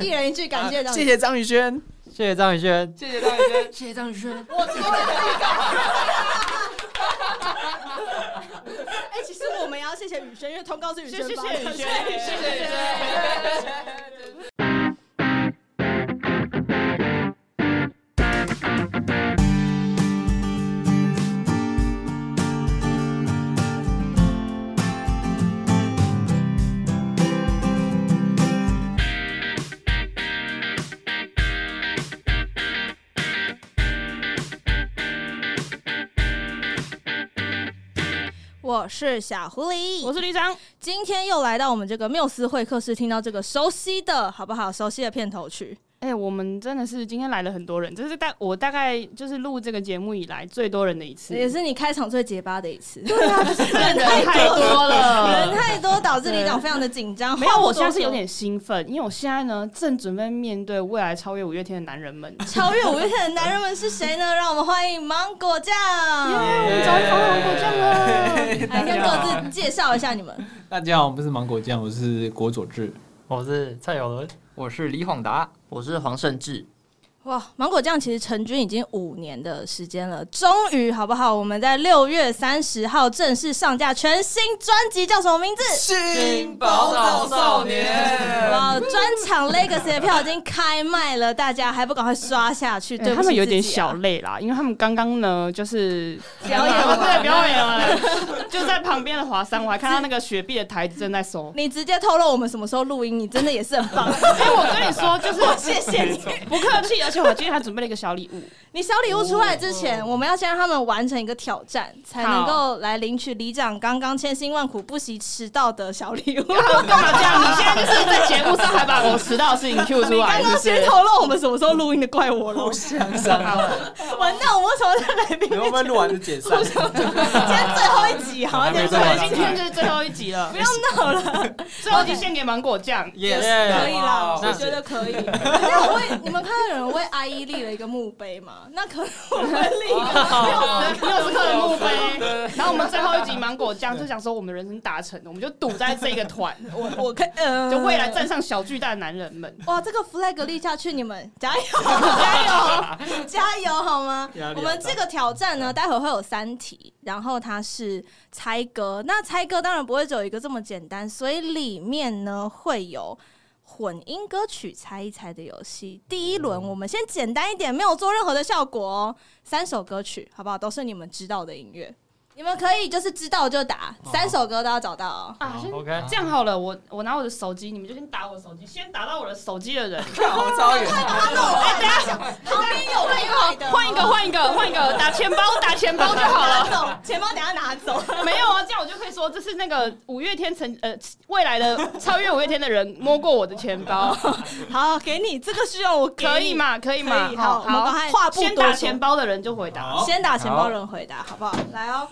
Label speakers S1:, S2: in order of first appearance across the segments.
S1: 一人一句感
S2: 啊
S1: 谢的，
S3: 谢谢张宇轩，
S2: 谢谢张宇轩，
S4: 谢谢张宇轩，谢谢张宇轩。
S1: 我真的很感谢哎，其实我们也要谢谢雨轩，因为通告是雨轩发的，
S4: 谢宇轩。
S1: 我是小狐狸，
S5: 我是李长，
S1: 今天又来到我们这个缪斯会客室，听到这个熟悉的好不好？熟悉的片头曲，
S5: 哎、我们真的是今天来了很多人，这是大我大概就是录这个节目以来最多人的一次，
S1: 也是你啊开场最结巴的一次。
S5: 人太多
S1: 人
S5: 了。
S1: 太多，导致李长非常的紧张。
S5: 没有，
S1: 话不
S5: 我
S1: 多
S5: 现在是
S1: 说
S5: 有点兴奋，因为我现在呢正准备面对未来超越五月天的男人 们。
S1: 超越五月天的男人们是谁呢？让我们欢迎芒果酱，
S5: 我们终于访问过酱了。
S1: 来跟各自介绍一下你们。
S6: 大家好，我不是芒果酱，我是郭佐治。
S2: 我是蔡友伦，
S4: 我是李晃达，我是黄胜志。
S1: 哇，芒果酱其实成军已经五年的时间了，终于好不好？我们在六月三十号正式上架全新专辑，叫什么名字？
S3: 新
S4: 宝岛少
S5: 呃
S4: 年
S1: 哇，专场 Legacy 的票已经开卖了，大家还不赶快刷下去？
S5: 哎
S1: 对不
S5: 他
S1: 起
S5: 们有
S1: 自己啊
S5: 点小累啦，因为他们刚刚呢就是
S1: 表演 完
S5: 对表演了，就在旁边的华山，我还看到那个雪碧的台子正在 收。
S1: 你直接透露我们什么时候录音，你真的也是很棒。
S5: 因 为我跟你说，就是
S1: 我谢谢你。
S5: 不客气，而且我今天还准备了一个小礼物。
S1: 你小礼物出来之前，我们要先让他们完成一个挑战，才能够来领取里长刚刚千辛万苦不惜迟到的小 礼物。
S5: 干嘛这样？你现在就是在节目上还把我迟到的事情 Q 出
S1: 你刚
S5: 来，是
S1: 刚
S5: 不是
S1: 先？透露我们什么时候录音的，怪我了。
S6: 想上啊！
S1: 完蛋，我们为什么在来宾
S6: 你会不会录完就解散？
S1: 今天最后一 集，好，
S6: 还
S1: 今
S6: 没
S1: 天
S6: 录
S1: 最后一
S6: 完
S1: 集
S5: 今天就是最后一集了
S1: 不，要闹了，
S5: 最后一集献给芒果酱。
S6: Yes，
S1: 可以啦，
S6: 那
S1: 我觉得可以。那我为你们看到有人为阿姨立了一个墓碑吗？那可能我们立
S5: 六十六十克的墓碑，然后我们最后一集芒果酱就想说我们人生达成了，我们就赌在这个团，
S1: 我我看呃，
S5: 就未来站上小巨蛋的男人们。
S1: 哇，这个 flag 立下去，你们加油 加油加油好吗
S6: 压力好？大
S1: 我们这个挑战呢，待会会有三题，然后它是猜歌。那猜歌当然不会只有一个这么简单，所以里面呢会有。混音歌曲猜一猜的游戏，第一轮我们先简单一点，没有做任何的效果哦。三首歌曲，好不好？都是你们知道的音乐，你们可以就是知道就打，三首歌都要找到、哦。
S5: 啊，先
S2: OK，
S5: 这样好了，我我拿我的手机，你们就先打我的手机，先打到我的手机的人。
S6: 好招人。
S5: 哦
S1: 哦旁边有另外的，
S5: 换一个，换一个，换一个，打钱包，打钱包哦就好
S1: 拿
S5: 了。
S1: 走，钱包等下拿走。
S5: 没有啊，这样我就可以说这是那个五月天曾呃未来的超越五月天的人摸过我的钱包，
S1: 好，给你这个需要我给你
S5: 可以？吗？可以吗
S1: 可？以好
S5: 好，
S1: 我们赶快话不多
S5: 先打
S1: 说
S5: 钱包的人就回答。
S6: 好
S1: 先打钱包人回答，好不好？来哦。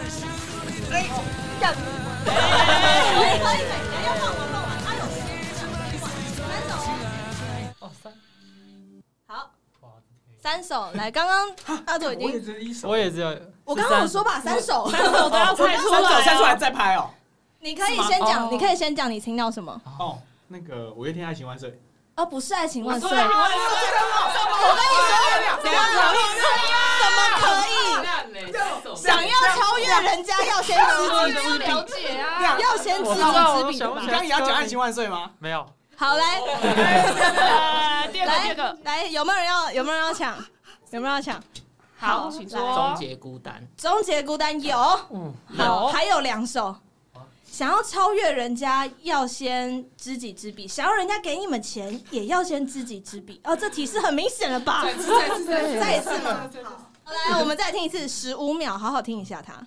S1: 哎，可以可以，等一下放我放完，他有时间三首哦。
S2: 哦三，
S1: 好，三首来，刚刚阿朵已经，
S6: 只一手，
S2: 我也只有，
S1: 我刚刚有说吧，三首，三首
S5: 我都要猜出
S6: 三手
S5: 来
S6: 三出来
S5: 哦。
S6: 再拍哦。
S1: 你可以先
S5: 哦
S1: 讲，你可以先讲你听到什么？
S6: 哦，那个五月天爱情万岁。
S1: 啊，不是爱情万岁。
S5: 我说爱情万岁
S1: 我跟你说，怎样怎么可以？想要超越人家，要先知己知彼，
S5: 了解啊，
S1: 要先知
S2: 我知道我
S1: 己知彼
S2: 都想不
S1: 吧
S2: 起
S6: 你
S2: 来
S6: 刚刚也要讲爱情万岁吗？
S2: 没有，
S1: 好，来
S5: 呃 第二个，第二
S1: 来
S5: 个，
S1: 来，有没有人要？有没有人要抢？有没有人要抢？
S5: 好，
S1: 好
S5: 请
S1: 来
S5: 说。
S4: 结孤单，
S1: 终结孤单有，
S2: 嗯，
S1: 好，
S5: 有
S1: 还有两首。想要超越人家，要先知己知彼；想要人家给你们钱，也要先知己知彼。哦，这提示很明显了吧？再一次吗？好，来，我们再听一次，十五秒，好好听一下它。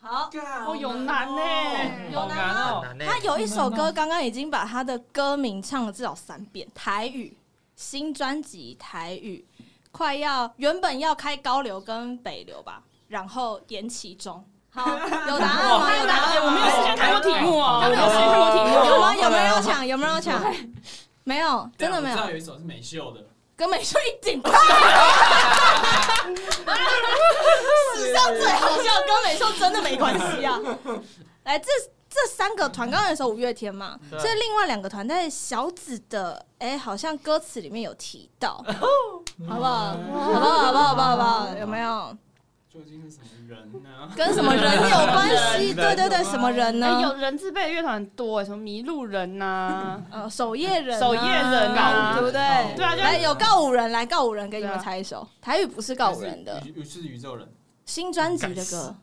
S1: 好，
S5: 哦，有难呢，有难
S2: 好
S5: 哦。
S2: 难
S1: 他有一首歌，刚刚已经把他的歌名唱了至少三遍，台语新专辑台语，快要原本要开高流跟北流吧，然后延期中。好， 有答案吗？
S5: 哦还有答案，我没有时间看过题目哦，
S4: 我
S5: 我没
S4: 没
S5: 有
S4: 有时
S5: 时
S4: 间
S5: 间
S4: 看
S5: 看
S4: 过
S5: 过
S4: 题
S5: 题
S4: 目
S5: 目，
S1: 有吗？有没有要抢？有没有要
S5: 哦
S1: 抢？没有，真的没
S6: 我
S1: 有
S6: 知。道有一首是美秀的，
S1: 跟美秀一点关系。史上最好笑，跟美秀真的没关系啊！来，这这三个团刚才说五月天嘛，
S2: 对
S1: 所以另外两个团在小紫的，哎、好像歌词里面有提到，好不好？好不好？好不好？好不好？好不好？有没有
S6: 究竟是什么人呢？
S1: 跟什么人有关系？
S6: 人
S1: 对对对，什么人
S5: 哎，
S1: 呢？
S5: 有人字辈的乐团很多哎，什么迷路人呐，
S1: 呃，守夜人啊、
S5: 守夜人啊
S1: 对不对？
S5: 对啊，就
S1: 来，有告五人，来告五人，给你
S5: 对
S1: 们
S5: 啊
S1: 猜一首台语不是告五人的
S6: 是宇是宇宙人，
S1: 新专辑的歌。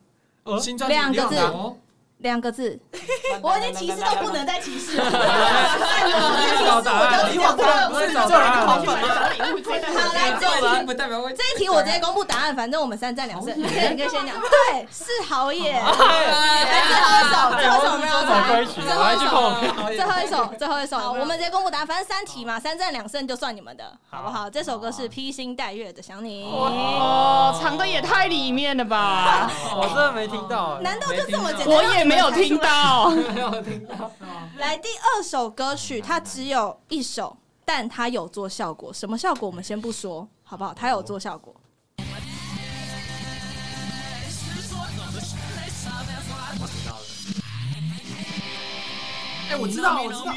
S2: 呃
S6: 新专辑
S1: 两个字
S6: 有吗
S1: 两个字，我
S4: 我
S1: 已
S4: 已
S1: 经提
S4: 经提
S1: 示
S4: 示
S1: 到
S4: 到
S1: 不
S4: 不
S1: 能
S4: 能
S1: 再提示了。
S2: 找答案，
S6: 以往不能不是宇
S5: 哦
S6: 宙人的 狂粉吗？
S5: 礼物这一代
S1: 好来这一题
S4: 不代表会。
S1: 这一题我直接公布答案，反正我们三战两胜。你可以你可以先讲， 对，是豪野。来，最后一首，最后一哎首没有
S2: 好
S1: 猜
S2: 规矩，
S1: 最
S2: 我还去
S1: 后一首。
S2: 碰。
S1: 最后一首，最后一首，我们直接公布答案，反正三题嘛，三战两胜就算你们的，好不好？这首歌是披星戴月的《想你》，
S5: 哦，藏的也太里面了 吧，
S2: 我真的没听到，
S1: 难道就这么简单？
S5: 我也没有听。到。
S1: 来，第二首歌曲它只有一首，但它有做效果，什么效果我们先不说，好不好？它有做效果。
S6: 哎，我知道，我知道，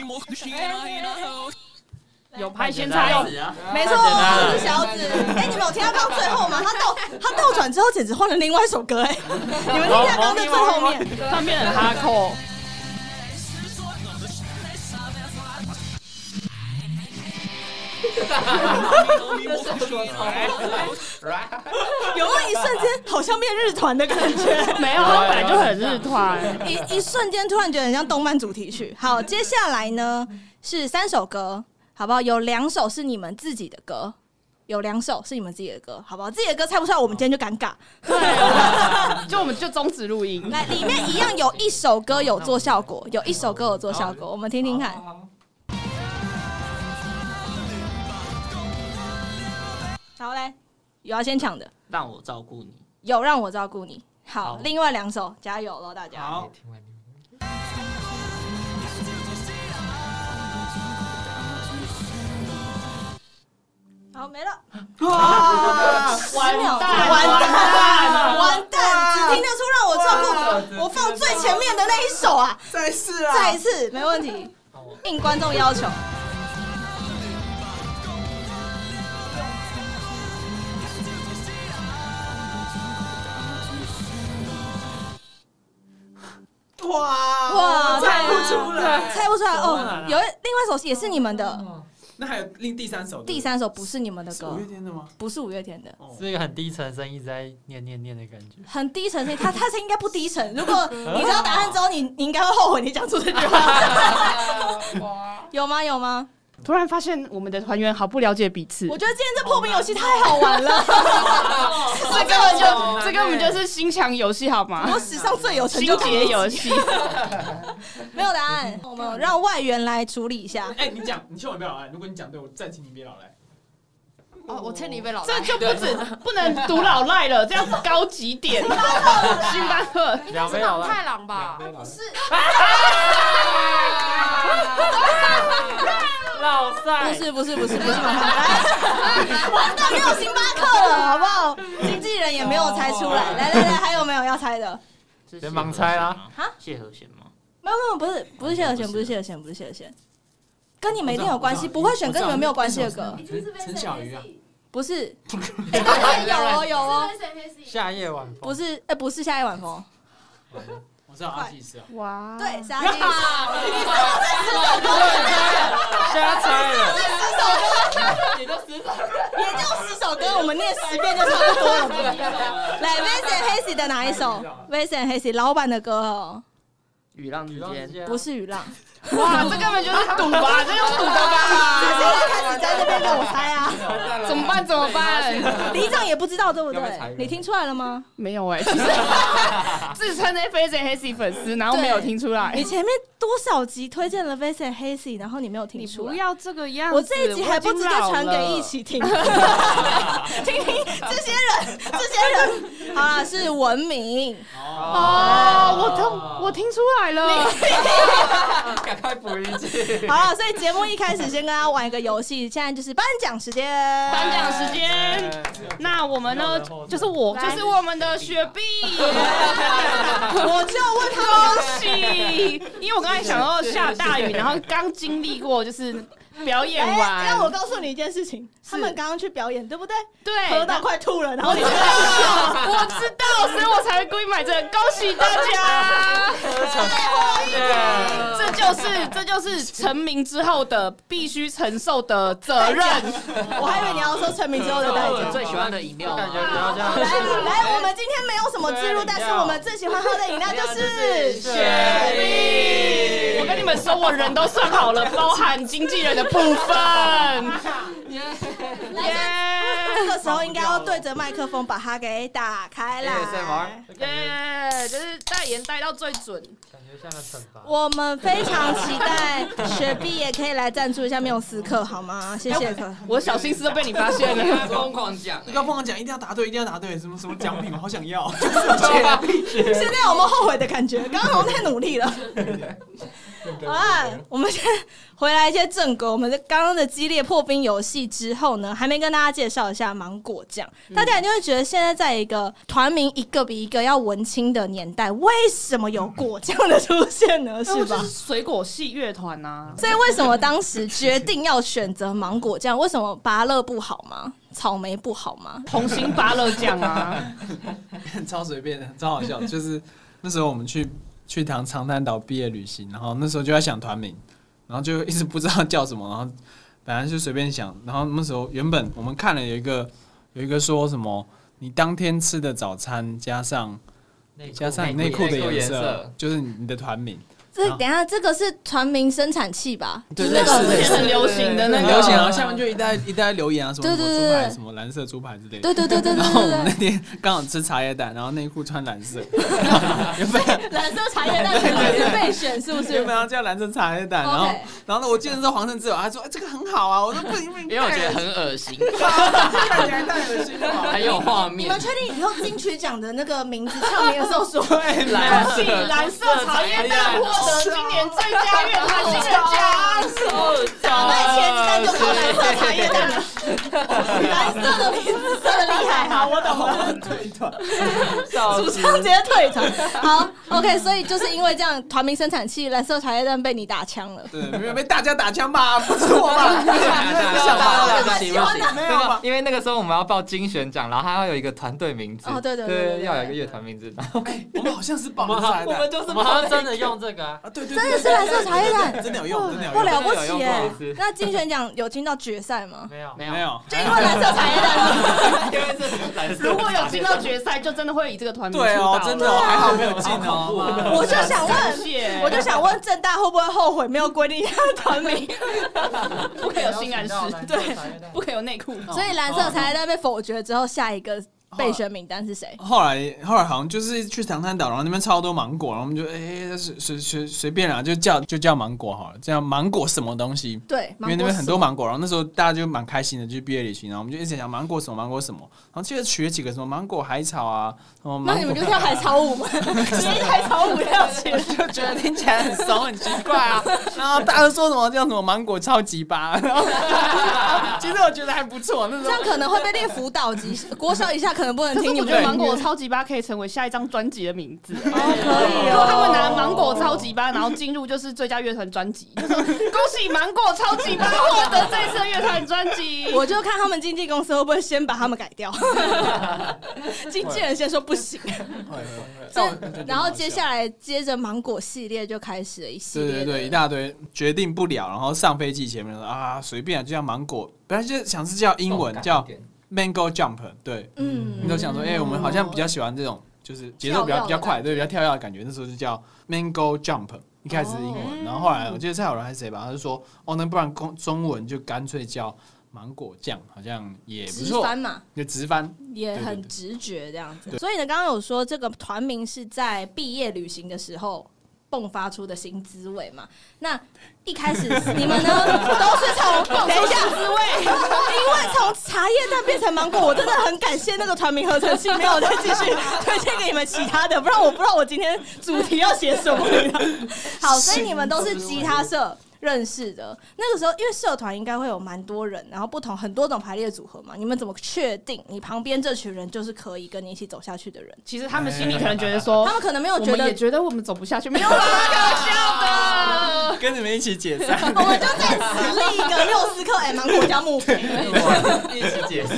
S5: 有拍先猜哦，
S1: 没错，
S2: 太简单了
S1: 是小紫。哎、你们有听到刚刚最后吗？他倒他倒转之后，简直换了另外一首 歌哎、你们听一下刚刚的最后面，
S5: 上面很 哈扣，
S1: 有没有一瞬间好像变日团的感 觉？
S5: 没有，他本来就很日团。
S1: 一一瞬间突然觉得很像动漫主题曲。好，接下来呢是三首歌，好不好？有两首是你们自己的歌。有两首是你们自己的歌，好不好？自己的歌猜不出来，我们今天就尴尬。
S6: 啊
S5: 对， 就我们就终止录音。
S1: 来，里面一样有一首歌有做效果，有一首歌有做效果，我们听听看。好嘞，有要先抢的，
S4: 让我照顾你。
S1: 有让我照顾你。好，
S4: 好
S1: 另外两首加油喽，大家。
S6: 好，
S1: 好，没了，
S5: 完蛋，
S1: 完蛋
S5: 蛋了！
S1: 完蛋，只听得出让我照顾你，我放最前面的那一首啊，
S6: 再试啊，
S1: 再一次没问题，应观众要求。
S6: 啊哇
S1: 哇
S6: 猜不出来，
S1: 猜不出来哦，有一另外一首也是你们的，
S6: 那还有另第三首，
S1: 第三首不是你们的
S6: 是
S1: 歌
S6: 五月，天的吗？
S1: 不是五月天的。
S6: 哦，
S2: 是一个很低沉的声音一直在念念念的感觉。
S1: 很低沉，他他是应该不低沉。如果你知道答案之后，你你应该会后悔你讲出这句 话。有吗？有吗？
S5: 突然发现我们的团员好不了解彼此
S1: 我，觉得今天这破冰游戏太好玩了，
S5: 这根本就这根本就是心墙游戏，好吗？
S1: 啊我史上最有成
S5: 心
S1: 就感。
S5: 结游戏，
S1: 没有答案，我们让外援来处理一下。
S6: 哎，你讲，你千万不要老来，如果你讲对，我再请你别老来。哎
S3: 哦，我欠你一杯老
S5: 这
S3: 赖。
S5: 就不止不能读老赖了，这样高 级点。星巴克，
S2: 两杯好
S4: 啊
S3: 老
S2: 了，
S3: 太郎吧，
S2: 老
S1: 不
S2: 赛，
S1: 是不是不是不是，来完蛋，没有星巴克了，好不好？经纪人也没有猜出 来。来来来，还有没有要猜的？
S2: 别盲猜 啦！
S1: 哈，
S4: 谢和弦吗？
S1: 没有没有，不是不是谢和弦，不是谢和弦，不是谢和弦，跟你们一定有关系，不会选跟你们没有关系的歌，
S6: 陈小鱼啊，
S1: 不 是？哎有哦有哦，
S2: 夏夜晚风
S1: 不是哎不是夏夜晚 风，
S6: 我知道阿西斯啊，
S5: 哇，
S1: 对，是阿基 里斯
S4: 啊
S2: 瞎猜了，
S1: 也就十首歌，我们念十遍就差不多了吧。来，Vincent Hesse 的哪一首？Vincent Hesse 老板的歌哦，
S4: 雨浪之
S2: 举到
S4: 间
S2: 之，间啊
S1: 不是雨浪，
S5: 哇，这根本就是赌吧，这就是赌 的吧？
S1: 他开始在那边跟我猜啊，
S5: 怎么办？怎么办？
S1: 李长也不知道对不
S4: 要被裁
S1: 对？
S4: 员
S1: 你听出来了吗？
S5: 没有哎，其实自称的 f a z 黑 C 粉丝，然后没有听出来
S1: 你。前面多少集推荐了 Vincent Hazy，然后你没有听出来？
S5: 要这个样
S1: 我这一集还不直接传给一。起听，听 听这些人，这些人，好啦，是文明，
S5: 哦，我听我听出来了，
S4: 赶快补一句。
S1: 好啦，所以节目一开始先跟大家玩一个游戏，现在就是颁奖时间，
S5: 颁奖时间。
S4: 哎
S5: 那我们呢，就是我，
S1: 来
S5: 就是我们的雪 碧，
S1: 我就问他们
S5: 恭喜！因为我刚才想到下大雨，然后刚经历过就是表演
S1: 哎，让我
S5: 完，
S1: 告诉你一件事情，他们刚刚去表演，对不对？
S5: 对，
S1: 喝到快吐了，然后
S5: 我
S1: 你
S5: 知道，我知道，所以我才故意买这个。恭喜大 家！这就是这就是成名之后的必须承受的责任。
S1: 我还以为你要说成名之后的代
S4: 我
S1: 价。
S4: 最喜欢的饮 料啊，
S2: 感觉不要这样
S1: 来来，我们今天没有什么植入，但是我们最喜欢喝的饮料就是
S2: 雪
S5: 我跟你们说，我人都算好了，包含经纪人的部分。
S1: 这
S5: 耶
S1: 个时候应该要对着麦克风把它给打开来。
S2: ASMR
S5: 耶，就是代言带到最准。
S2: 感觉像个惩罚。
S1: 我们非常期待雪碧也可以来赞助一下缪斯克，好吗？谢谢克。
S5: 我小心思都被你发现了。
S4: 疯狂讲
S6: 你刚疯狂讲，一定要答对，一定要答对，什么什么奖品，我好想要。
S1: 现在有没有后悔的感觉？刚刚好像太努力了。好啦，我们先回来一些正果。我们在刚刚的激烈破冰游戏之后呢，还没跟大家介绍一下芒果酱。大家一定会觉得现在在一个团名一个比一个要文青的年代，为什么有果酱的出现呢？是
S5: 我就
S1: 吧
S5: 是？水果系乐团啊呐。
S1: 所以为什么当时决定要选择芒果酱？为什么芭乐不好吗？草莓不好吗？
S5: 红心芭乐酱 啊，
S6: 超随便的，超好笑。就是那时候我们去去趟长滩岛毕业旅行，然后那时候就在想团名，然后就一直不知道叫什么，然后 本来就随便想，然后那时候原本我们看了有一个有一个说什么，你当天吃的早餐加上加上你内裤的颜色，，就是你的团名，
S1: 这
S6: 好
S1: 等一下这个是团名生产器吧？
S6: 对
S1: 就是那
S6: 类似
S1: 个
S6: 类似
S5: 很流行的那
S6: 很
S5: 个，
S6: 流行。然后下面就一大一大留言啊，什么
S1: 对
S6: 什
S1: 对
S6: 么
S1: 对
S6: 猪排，
S1: 对
S6: 什么蓝色猪排之类的。
S1: 对对对对对
S6: 然后我
S1: 对
S6: 们那
S1: 对。
S6: 天刚好吃茶叶蛋，然后内裤穿 蓝色，原本
S1: 蓝色茶叶蛋可能是备选，是不是
S6: 原本要叫蓝色茶叶蛋，然后
S1: ？OK，
S6: 然后呢，我记得是黄胜志友，他说、哎这个很好啊，我说不行不行，
S4: 因为我觉得很 恶心，
S6: 看起来太恶心 了。
S4: 很有画
S1: 你
S4: 面
S1: 们。确定以后金曲奖的那个名字唱名的时候 说
S6: 对啦，
S5: 恭喜蓝色茶叶蛋获得今年最佳乐团新人奖。
S1: 打败茄子蛋就靠蓝色茶叶蛋了？蓝色的名字真的厉害，好，我懂了。
S6: 退团，
S1: 主唱直接退 场。好，OK，所以就是因为这样，团名生产器蓝色茶叶蛋被你打枪了。
S6: 对，没有被大家打枪吧？不是我吧？没有吧？
S4: 因为那个时候我们要报金选奖，然后还要有一个团队名字。
S1: 哦对对对对
S4: 对，
S1: 对
S4: 要有一个乐团名字。然后
S6: 我们好像是绑出来
S4: 我们
S6: 哦的
S4: 就是
S2: 我们好像真的用这个啊，
S6: 啊，对对，
S1: 真的是蓝色茶叶蛋，
S6: 真的有用，真的有
S1: 不
S6: 用，
S1: 了不起
S4: 真的有
S1: 耶
S4: 用过一次！
S1: 那金选奖有进到决赛 吗？
S2: 没有
S4: 没
S6: 没
S4: 有，
S6: 有，
S1: 就因为蓝色茶叶蛋吗？
S4: 因为是蓝色。
S5: 如果有进到决赛，就真的会以这个团名
S6: 对哦，真的还
S2: 啊
S6: 好没有进
S4: 哦
S6: 哦。
S1: 我就想问，
S5: 谢，
S1: 我就想问正大会不会后悔没有规定他的团名？
S5: 不可以有性暗示，
S1: 对，
S5: 不可以有内裤。
S6: 哦
S1: 所以蓝色茶叶蛋被否决之后，下一个备选名单是谁？
S6: 后来后来好像就是去长滩岛，然后那边超多芒果，然后我们就哎随随随随便啦，就叫就叫芒果好了，这样芒果什么东西？
S1: 对，
S6: 因
S1: 芒
S6: 为那
S1: 果
S6: 边很
S1: 酥
S6: 多芒果，然后那时候大家就蛮开心的，就是毕业旅行，然后我们就一直讲芒果什么芒果什么，然后记得取了几个什么芒果海草啊，什么
S1: 那
S6: 芒
S1: 你
S6: 果
S1: 们就跳海潮舞 嘛，直接海潮舞跳起来。
S6: 就觉得听起来很怂很奇 怪啊，然后大家说什么叫什么芒果超级巴，然后 其实我觉得还不错，那时
S1: 这
S6: 候
S1: 样可能会被列辅导 级，国小以下可能不能
S5: 可是
S1: 听你
S5: 我
S1: 们
S5: 觉
S1: 的
S5: 得
S1: 音乐。
S5: 芒果超级吧可以成为下一张专辑的名 字。
S1: 可以
S5: 如果他们
S1: 哦，
S5: 拿芒果超级吧，然后进入就是最佳乐团专辑， 就说恭喜芒果超级吧获得这一次的乐团专辑。
S1: 我就看他们经纪公司会不会先把他们改 掉。经纪人先说不行，这然后接下来接着芒果系列就开始了一系
S6: 对
S1: 列
S6: 对
S1: 的。
S6: 对，一大堆决定不了，然后上飞机前面说啊随便啊，就叫芒果，本来就想是叫英文叫 mango jump，对，
S1: 嗯
S6: 哎你都想说哎、我们好像比较喜欢这种。就是节奏比
S1: 跳跃的
S6: 较比较快，对，比较跳跃的感觉。那时候就叫 Mango Jump，一开始是英文，
S5: 哦
S6: 然后后
S1: 嗯
S6: 来我记得蔡小伦还是谁吧，他就说哦，那不然中中文就干脆叫芒果酱，好像也不
S1: 直
S6: 错，
S1: 翻嘛，
S6: 就直翻。
S1: 也
S6: 对对
S1: 很
S6: 对
S1: 直觉这样子。
S6: 对
S1: 所以呢，刚刚有说这个团名是在毕业旅行的时候迸发出的新滋味嘛？那一开 始你们呢都是从迸出新滋味，因为从茶叶蛋变成芒果，我真的很感谢那个团名合成器，没有再继续推荐给你们其他的，不然我不知道我今天主题要写什么。好，所以你们都是吉他社。认识的那个时候，因为社团应该会有蛮多人，然后不同很多种排列组合嘛。你们怎么确定你旁边这群人就是可以跟你一起走下去的人？
S5: 其实他们心里可能觉得说
S1: 他，们可能没有
S5: 哦我
S1: 觉
S5: 们
S1: 得
S5: 也觉得我们走不下去，没有啦，搞笑的。
S6: 跟你们一起解散，
S1: 我们就在此立一个六十克哎芒果加木培，
S4: 一起解释。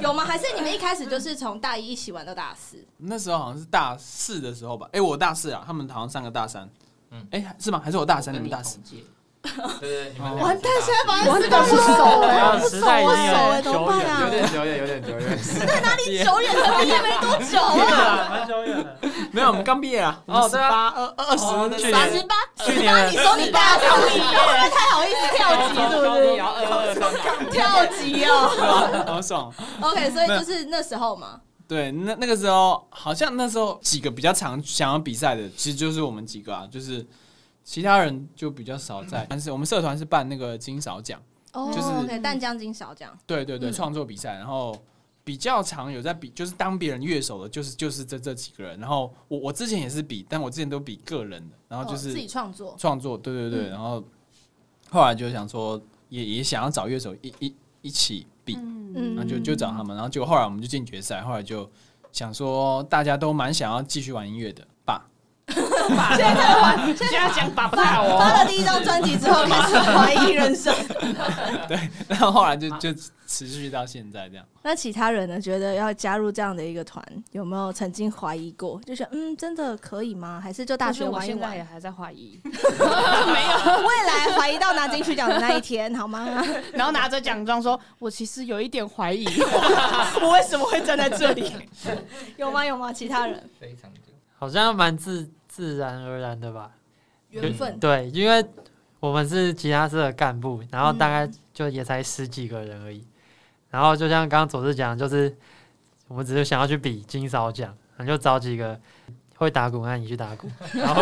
S1: 有吗？还是你们一开始就是从大一一起玩到大四？
S6: 那时候好像是大四的时候吧，哎、我大四啊，他们好像上个大三，嗯
S4: 嗯，
S6: 哎、是吗？还是我大三，你
S4: 跟
S6: 们
S4: 你
S6: 大四
S4: 同？届。 对对，你们
S6: 完
S1: 蛋哎现在把
S5: 完蛋不熟哎，
S2: 啊时代已经有
S1: 怎么
S2: 久
S1: 办
S2: 远，
S1: 啊
S4: 有点久远，有点久 远。
S1: 哪里久远才毕业没多久
S2: 对
S1: 啊？
S2: 啊蛮久远的。
S6: 没有，我们刚毕业啊，
S2: 哦对啊
S6: 八二二
S2: 哦
S6: 十，
S2: 去
S1: 八
S2: 年
S1: 十八，
S2: 去
S1: 十八，
S2: 年
S1: 你说你大四，你会不会太好意思跳 级，是不
S4: 高低
S1: 是？
S4: 要二二三吧
S1: 跳级哦。
S6: 好爽。
S1: OK，所以就是那时候嘛，
S6: 对，那那个时候好像那时候几个比较常想要比赛的，其实就是我们几个啊，就是其他人就比较少在。但是我们社团是办那个金勺奖，
S1: 哦
S6: 就是
S1: OK，淡江金勺这样。
S6: 对对对，
S1: 嗯
S6: 创、作比赛，然后比较常有在比，就是当别人乐手的，就是就是这这几个人。然后我我之前也是比，但我之前都比个人的，然后就
S1: 哦
S6: 是
S1: 自己创作，
S6: 创作，对对对，
S1: 嗯
S6: 然后后来就想说也也想要找乐手一一一起比，
S1: 嗯
S6: 然后就就找他们，然后结果后来我们就进决赛，后来就想说大家都蛮想要继续玩音乐的吧，
S5: 爸，现在现在讲爸不
S1: 发
S5: 大哦，
S1: 了第一张专辑之后，开始怀疑人生。
S6: 然后后来就就持续到现在这样。
S1: 那其他人呢？觉得要加入这样的一个团，有没有曾经怀疑过？就是嗯，真的可以吗？还是就大
S5: 但
S1: 学
S5: 是我
S1: 玩一
S5: 现在啊
S1: 玩
S5: 也？还在怀 疑，
S1: 未来怀疑到拿金曲奖的那一天，好吗？
S5: 然后拿着奖状说，我其实有一点怀疑， 我为什么会站在这里？
S1: 有吗？有吗？其他人
S4: 非常久。
S2: 好像蛮自自然而然的吧？
S1: 缘分
S2: 对，因为我们是吉他社的干部，然后大概
S1: 嗯
S2: 就也才十几个人而已。然后就像刚刚佐治讲，就是我们只是想要去比金勺奖，然后就找几个会打鼓，那你去打鼓，然后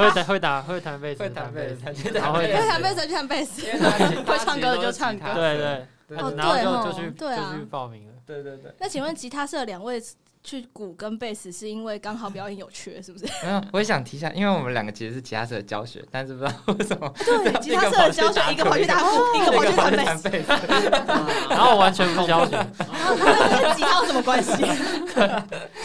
S2: 会会打会打会弹贝斯，
S4: 会弹贝斯，去
S2: 然
S4: 弹
S2: 后会
S4: 贝
S1: 会
S4: 斯
S1: 弹贝斯就弹贝斯，
S4: 因为他其 实
S5: 会唱歌的就唱歌
S4: 他其实都
S2: 对
S4: 是
S2: 对
S4: 吉他
S1: 哦
S4: 手
S2: 然后
S1: 对哦
S2: 就就去
S1: 对啊
S2: 就去报 名了。
S4: 对对对。
S1: 那请问吉他社两位去鼓跟贝斯是因为刚好表演有缺，是不是？
S4: 没有，我也想提一下，因为我们两个其实是吉他社的教学，但是不知道为什么
S1: 对，吉他社的教学，一个跑去打鼓，一个跑去
S4: 跑
S1: 弹
S4: 去
S1: 贝斯
S4: 弹，贝斯。
S2: 然后完全不教学，
S1: 啊 那跟吉他有什么关系？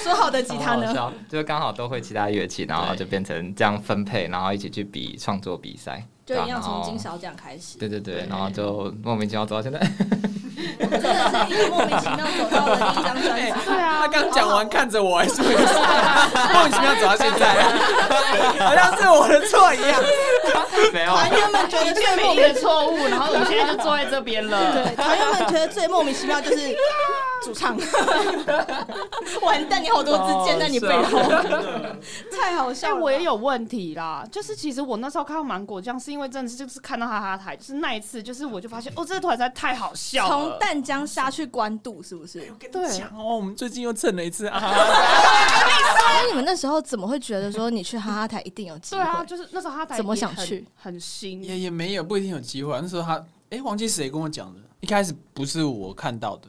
S1: 说好的吉他
S4: 好
S1: 呢？
S4: 笑，就是刚好都会其他乐器，然后就变成这样分配，然后一起去比创作比赛，
S1: 就
S4: 对啊
S1: 一样从金。
S4: 然后
S1: 勺奖开始，
S4: 对对对，然后就莫名其妙走到现在，
S1: 我们真的是一个莫名其妙走到了第一张专辑。
S5: 对啊
S6: 他，刚讲完看着我，哎，是不是莫名其妙走到现在，好像是我的错一样。
S4: 没 有
S1: 团员们觉得
S5: 一
S1: 最
S5: 件
S1: 莫
S5: 美丽
S1: 名
S5: 的，错误，然后我们现在就坐在这边了。
S1: 对，团员们觉得最莫名其妙就是主唱，完蛋，你好多支箭在你背后，太好笑
S5: 但
S1: 了。
S5: 我也有问题啦，就是其实我那时候看到芒果酱，是因为真的是就是看到哈哈台，就是那一次，就是我就发现哦，这个团实在太好笑
S1: 从
S5: 了。
S1: 淡江杀去关渡，是不 是？
S5: 对
S6: 讲哦，我们最近又蹭了一次啊，
S1: 所哎以你们那时候怎么会觉得说你去哈哈台一定有机
S5: 对
S1: 会？
S5: 啊，就是那时候哈哈台
S1: 怎么想
S5: 也很
S1: 去，
S5: 很新，
S6: 也也没有，不一定有机会啊。那时候他，哎，忘记谁跟我讲的，一开始不是我看到的，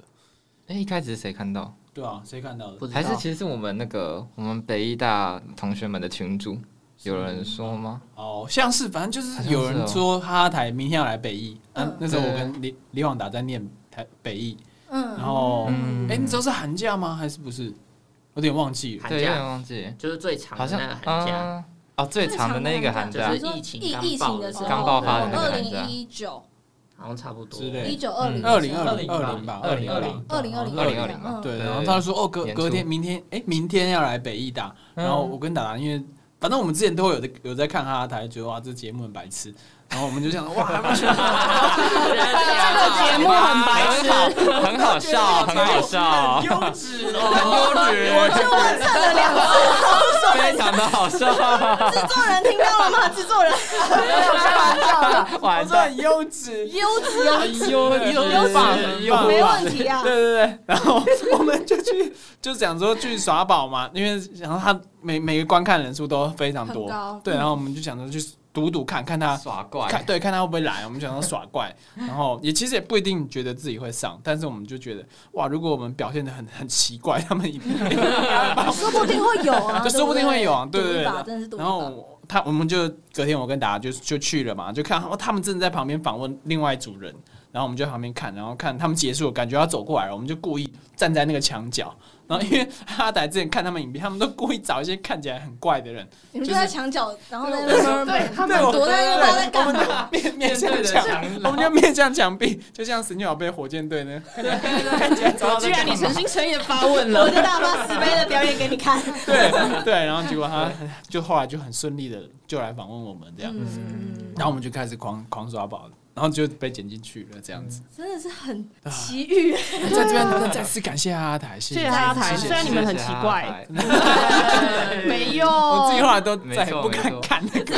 S4: 哎，一开始是谁看到？
S6: 对啊，谁看到的？
S4: 还是其实是我们那个我们北医大同学们的群主有人说吗？
S6: 哦，像是反正就
S4: 好
S6: 是
S4: 像是哦
S6: 有人说哈哈台明天要来北艺，
S1: 嗯
S6: 嗯，那时候我跟李李广达在念台北艺，然
S1: 嗯，
S6: 后
S4: 嗯
S6: 哎，那时候是寒假吗？还是不是？有点忘记了。
S7: 寒
S4: 对，有点
S7: 假
S4: 忘记，
S7: 就是最长
S4: 好
S7: 的
S4: 像
S7: 那个 寒假，
S4: 啊哦，最长的那个寒假
S6: 啊
S7: 就
S1: 你
S7: 是
S1: 说
S7: 疫
S1: 疫
S7: 情
S1: 疫情的时候，
S4: 刚爆发的那个
S1: 二
S4: 寒假
S1: 零一九、
S7: 好像差不多。
S6: 之类
S1: 一九二零、
S4: 嗯
S6: 二零二零
S2: 2020
S6: 二零吧，二零二零，
S1: 二零二零、
S4: 2020
S1: 嗯
S6: 对，
S4: 对
S6: 然后他就说哦，隔
S4: 年初
S6: 隔天明天，哎、明天要来北艺大，
S1: 嗯
S6: 啊然后我跟达达因为。反正我们之前都会有的有在看哈哈台，觉得哇，这节目很白痴。然后我 们就想哇，
S5: 这个节目很白痴，
S4: 很好笑，很好笑，
S7: 优质
S4: 很优质，我就问
S1: 蹭了两次，
S4: 非常的好 笑，
S1: 制作人听到了吗？制 作人，
S4: 完蛋，
S6: 优 质，
S1: 优质啊
S4: 优优
S6: 棒
S1: 没问题啊
S6: 对。对对，然后我们就去就想说去耍宝嘛，因为然后他每每个观看人数都非常多
S1: 很高，
S6: 对，然后我们就想着去赌赌看看他。
S4: 耍怪，
S6: 看对，看他会不会来，我们想要耍 怪，然后也其实也不一定觉得自己会上，但是我们就觉得哇，如果我们表现的很很奇怪， 他们一
S1: 嗯
S6: 定
S1: 说不定会有啊，
S6: 就说不定会有啊对
S1: 对
S6: 对对
S1: 赌一把真的是赌一把
S6: 然后我他我们就隔天我跟达就就去了嘛，就看哦他们正在旁边访问另外一组人，然后我们就在旁边看，然后看他们结束，感觉要走过来了，我们就故意站在那个墙角，然后因为阿达之前看他们影片，他们都故意找一些看起来很怪的人，
S1: 你们就在墙角，然后在那边
S5: 对他
S1: 们躲在那边不知道在干嘛。
S6: 面面
S7: 面
S6: 向
S7: 对着
S6: 墙，
S7: 墙
S6: 我们就面向墙壁，就像神奇宝贝火箭队呢，
S5: 居然你诚心诚意的发问
S1: 我
S5: 了，
S1: 就大发慈悲的表演给你看。
S6: 对对，然后结果他就后来就很顺利的就来访问我们这样，
S1: 嗯，
S6: 然后我们就开始狂狂耍宝，然后就被剪进去了这样子。
S1: 真的是很奇遇，
S6: 在这边再次感谢阿台，谢
S5: 谢谢
S6: 阿
S5: 阿台，虽然你们很奇怪，， 没有，
S6: 我自己后来都
S4: 没
S6: 再也
S4: 错
S6: 不
S4: 没
S6: 敢
S4: 错
S6: 看那个，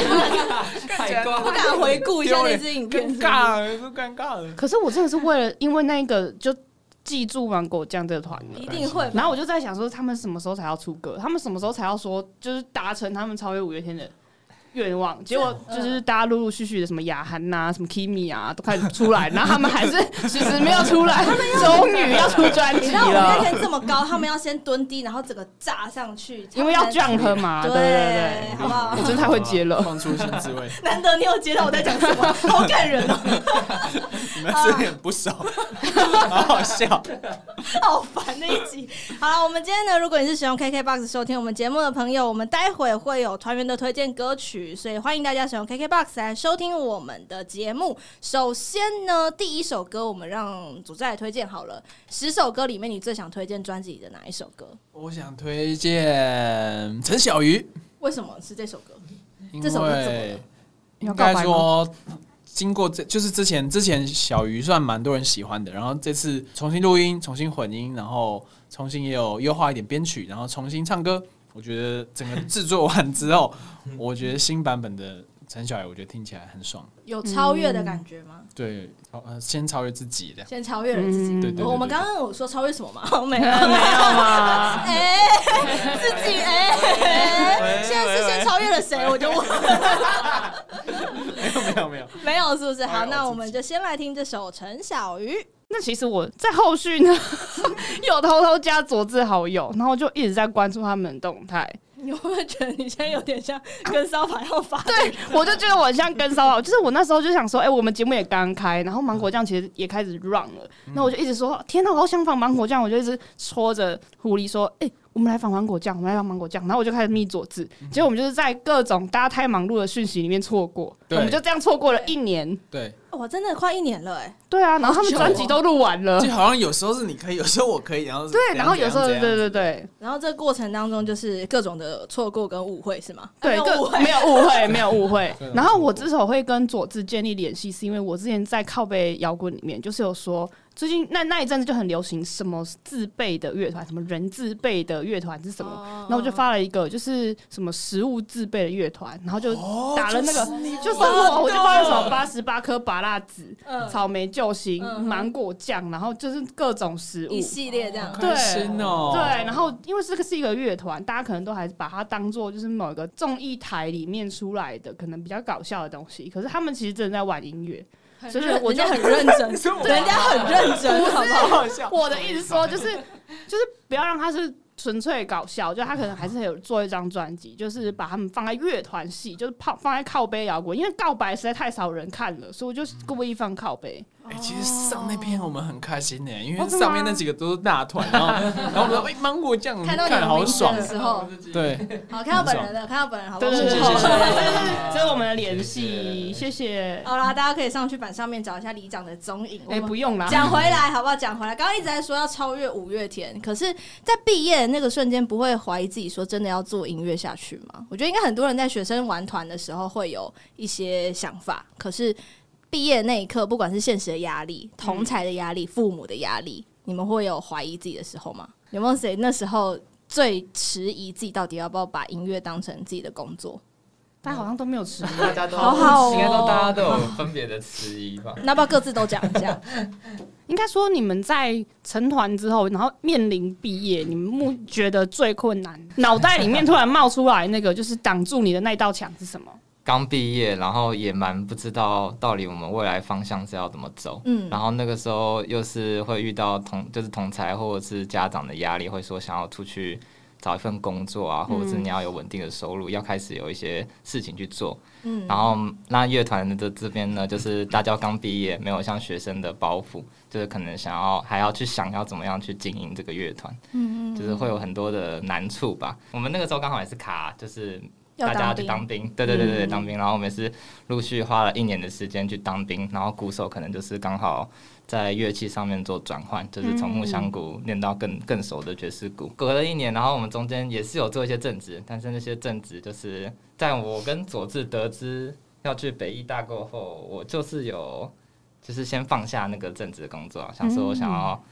S4: 太怪
S1: 不敢回顾一下那支影片
S6: 尴。尬了，都尴尬了。
S5: 可是我真的是为了因为那个就记住芒果酱这个团 了
S1: 一。定会吧，
S5: 然后我就在想说，他们什么时候才要出歌？他们什么时候才要说，就是达成他们超越五月天的愿望？结果
S1: 嗯
S5: 就是大家陆陆续续的什么雅涵呐、什么 Kimi 啊，都开始出来，然后他们还是迟迟没有出来，终于要出专
S1: 你
S5: 辑
S1: 知道我们那
S5: 了，
S1: 天这么高，他们要先蹲低，然后整个炸上去，
S5: 因为要
S1: 这样
S5: jump 嘛，对
S1: 对
S5: 对对。
S1: 好不好
S5: 我？真太会接了，
S6: 放出新滋味，
S1: 难得你有接到我在讲什么，好感人哦，
S6: 你们是很不熟，好好笑。
S1: 好烦那一集。好了，我们今天呢，如果你是使用 KKBOX 收听我们节目的朋友，我们待会会有团员的推荐歌曲，所以欢迎大家使用 KKBOX 来收听我们的节目。首先呢，第一首歌我们让组织来推荐好了，十首歌里面你最想推荐专辑里的哪一首歌？
S6: 我想推荐陈小鱼，
S1: 为什么是这首歌？
S6: 因
S1: 这首歌怎么了
S6: 为应该说，经过这就是之前之前小鱼算蛮多人喜欢的，然后这次重新录音、重新混音，然后重新也有优化一点编曲，然后重新唱歌。我觉得整个制作完之后，我觉得新版本的陈小鱼，我觉得听起来很爽。
S1: 有超越的感觉吗？
S6: 对，超呃，先超越自己的。
S1: 先超越了自己。
S5: 嗯
S6: 对对对
S1: 哦我们
S6: 对
S1: 刚刚有说超越什么吗？哦没有，
S5: 没有吗？
S1: 哎，自己哎、现在是先超越了谁？我就问，
S6: 没有没有没有，
S1: 没有是不是？
S6: 超
S1: 好，
S6: 越我
S1: 那
S6: 自
S1: 我们就先来听这首陈小鱼。
S5: 那其实我在后续呢， 有偷偷加佐治好友，然后就一直在关注他们的动态，
S1: 你会不会觉得你现在有点像跟烧法要发？
S5: 对，我就觉得我很像跟骚扰，就是我那时候就想说，哎、我们节目也刚开，然后芒果酱其实也开始 run 了，那我就一直说，天哪，我好想仿芒果酱，我就一直戳着狐狸说，哎、我们来仿芒果酱，我们来仿芒果酱，然后我就开始密佐治，结果我们就是在各种大家太忙碌的讯息里面错过，我
S6: 对
S5: 们就这样错过了一年。
S6: 对，
S1: 我真的快一年了哎、
S5: 对啊，然后他们专辑都录完了，
S6: 就好像有时候是你可以，有时候我可以，然后是
S5: 对，然后
S6: 怎
S5: 有
S6: 样
S5: 时候
S6: 怎
S5: 对
S6: 样
S5: 对对
S1: 然后这个过程当中就是各种的错过跟误会是吗？
S5: 对，
S1: 啊没有误
S5: 各
S1: 会
S5: 没。有误会，啊没有误 会
S6: 对。
S5: 然后我之所以会跟佐治建立联系，是因为我之前在靠背摇滚里面，就是有说，最近那那一阵子就很流行什么自备的乐团，什么人自备的乐团是什么。
S1: 哦
S5: 然后我就发了一个，就是什么食物自备的乐团，然后就
S6: 哦
S5: 打了那个，就是
S1: 真的
S5: 我，我就发了什么八十八颗拔辣子、
S1: 嗯
S5: 草莓救星、
S1: 哦嗯
S5: 芒果酱，然后就是各种食物
S1: 一。系列这样。
S6: 开心哦，
S5: 对，然后因为这个是一个乐团，大家可能都还是把它当做就是某一个综艺台里面出来的，可能比较搞笑的东西。可是他们其实真的在玩音乐。
S1: 很
S5: 所以
S1: 认
S5: 我
S1: 人
S5: 就
S1: 家很认真，人家很认真，好不好？
S6: 好笑。
S5: 我的意思说，就是就是不要让它是纯粹搞笑，就他可能还是有做一张专辑，就是把他们放在乐团系，就是放放在靠背摇滚，因为告白实在太少人看了，所以我就故意放靠背。
S6: 哎、其实上那篇我们很开心呢、因
S5: 哦
S6: 为
S5: 真的吗
S6: 上面那几个都是大团，然后然后我们说，哎、芒果酱，
S1: 看到你
S6: 看
S1: 们
S6: 好爽
S1: 名字，的时 候，
S6: 对，
S1: 好看到本人了，看到本人，好不
S5: 对
S1: 好？
S5: 对对对对
S1: 幕后
S5: 对，这是我们的联系，谢谢。
S1: 好啦，大家可以上去版上面找一下李长的踪影。我
S5: 哎，
S1: 们
S5: 不用啦，
S1: 讲回来好不好？讲回来，刚刚一直在说要超越五月天，可是，在毕业的那个瞬间不会怀疑自己说真的要做音乐下去吗？我觉得应该很多人在学生玩团的时候会有一些想法，可是毕业那一刻，不管是现实的压力、同才的压力、父母的压力，你们会有怀疑自己的时候吗？有没有谁那时候最迟疑自己到底要不要把音乐当成自己的工作？
S5: 大家好像都没有迟疑，
S7: 大家都
S1: 好好哦
S4: 应该都大家都有分别的迟疑吧？
S1: 那要不要各自都讲一下？
S5: 应该说你们在成团之后，然后面临毕业，你们目觉得最困难，脑袋里面突然冒出来那个就是挡住你的那道墙是什么？
S4: 刚毕业，然后也蛮不知道到底我们未来方向是要怎么走。
S1: 嗯
S4: 然，后那个时候又是会遇到同就是同才或者是家长的压力，会说想要出去找一份工作啊，或者是你要有稳定的收入，要开始有一些事情去做。
S1: 嗯
S4: 然后那乐团的这边呢，就是大家刚毕业，没有像学生的包袱，就是可能想要还要去想要怎么样去经营这个乐团，
S1: 嗯
S4: 就是会有很多的难处吧。我们那个时候刚好也是卡，就是
S1: 要
S4: 大家
S1: 当
S4: 去
S1: 兵，嗯
S4: 当兵，对对对对，当兵。然后我们是陆续花了一年的时间去当兵，然后鼓手可能就是刚好在乐器上面做转换，就是
S1: 嗯
S4: 从木箱鼓练到更更熟的爵士鼓。隔了一年，然后我们中间也是有做一些正职，但是那些正职就是在我跟佐治得知要去北艺大过后，我就是有就是先放下那个正职的工作，想说我
S1: 嗯
S4: 想要。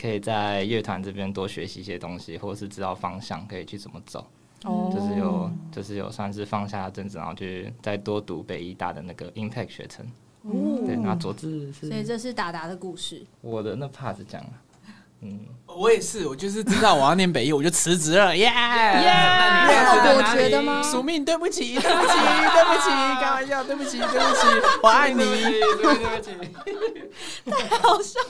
S4: 可以在乐团这边多学习一些东西，或者是知道方向可以去怎么走。
S5: 哦
S4: 就是有就是有算是放下政治，然后去再多读北医大的那个 Impact 学程。
S1: 哦
S4: 对，那佐治
S1: 所以
S4: 是
S1: 这是达达的故事。
S4: 我的那 part 是这样啊嗯，
S6: 我也是，我就是知道我要念北艺，我就辞职了， 耶、
S1: 这么
S6: 那你要辞在
S1: 果
S6: 哪里
S1: 决的吗？
S6: 宿命，对不起，对不起，对 不起，开玩笑，对不起，对不起，我爱你。
S1: 好笑。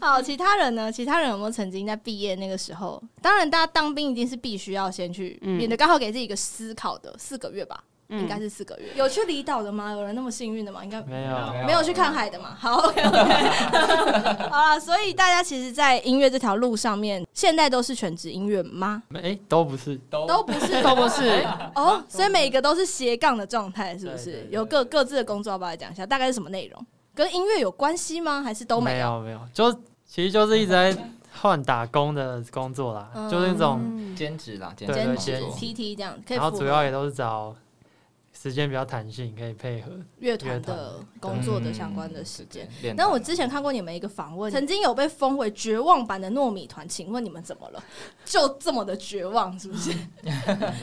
S1: 好，其他人呢？其他人有没有曾经在毕业那个时候？当然，大家当兵一定是必须要先去，
S5: 嗯
S1: 免得刚好给自己一个思考的四个月吧，
S5: 嗯
S1: 应该是四个月。有去离岛的吗？有人那么幸运的吗？应该
S2: 没有。
S1: 没有去看海的 嘛。好，OK OK。好啦，所以大家其实，在音乐这条路上面，现在都是全职音乐吗？
S2: 没哎、都不是，
S1: 都不是
S5: 都不是，
S1: 哦，所以每个都是斜杠的状态，是不
S2: 对对
S1: 是
S2: 对？
S1: 有各各自的工作，要不要来讲一下？大概是什么内容？跟音乐有关系吗？还是都
S2: 没
S1: 没有？
S2: 有没有，就其实就是一直在换打工的工作啦，
S1: 嗯
S2: 就是那种，
S4: 兼职啦，兼
S2: 对
S1: 兼
S4: 工
S1: 职
S4: 作。
S1: TT 这样，可以
S2: 然
S1: 符
S2: 后主要
S1: 合
S2: 也都是找时间比较弹性，可以配合。
S1: 乐团
S2: 乐团
S1: 的工作的相关的时间。
S4: 嗯对。
S1: 那我之前看过你们一个访问，曾经有被封为绝望版的糯米团，请问你们怎么了？就这么的绝望是不是？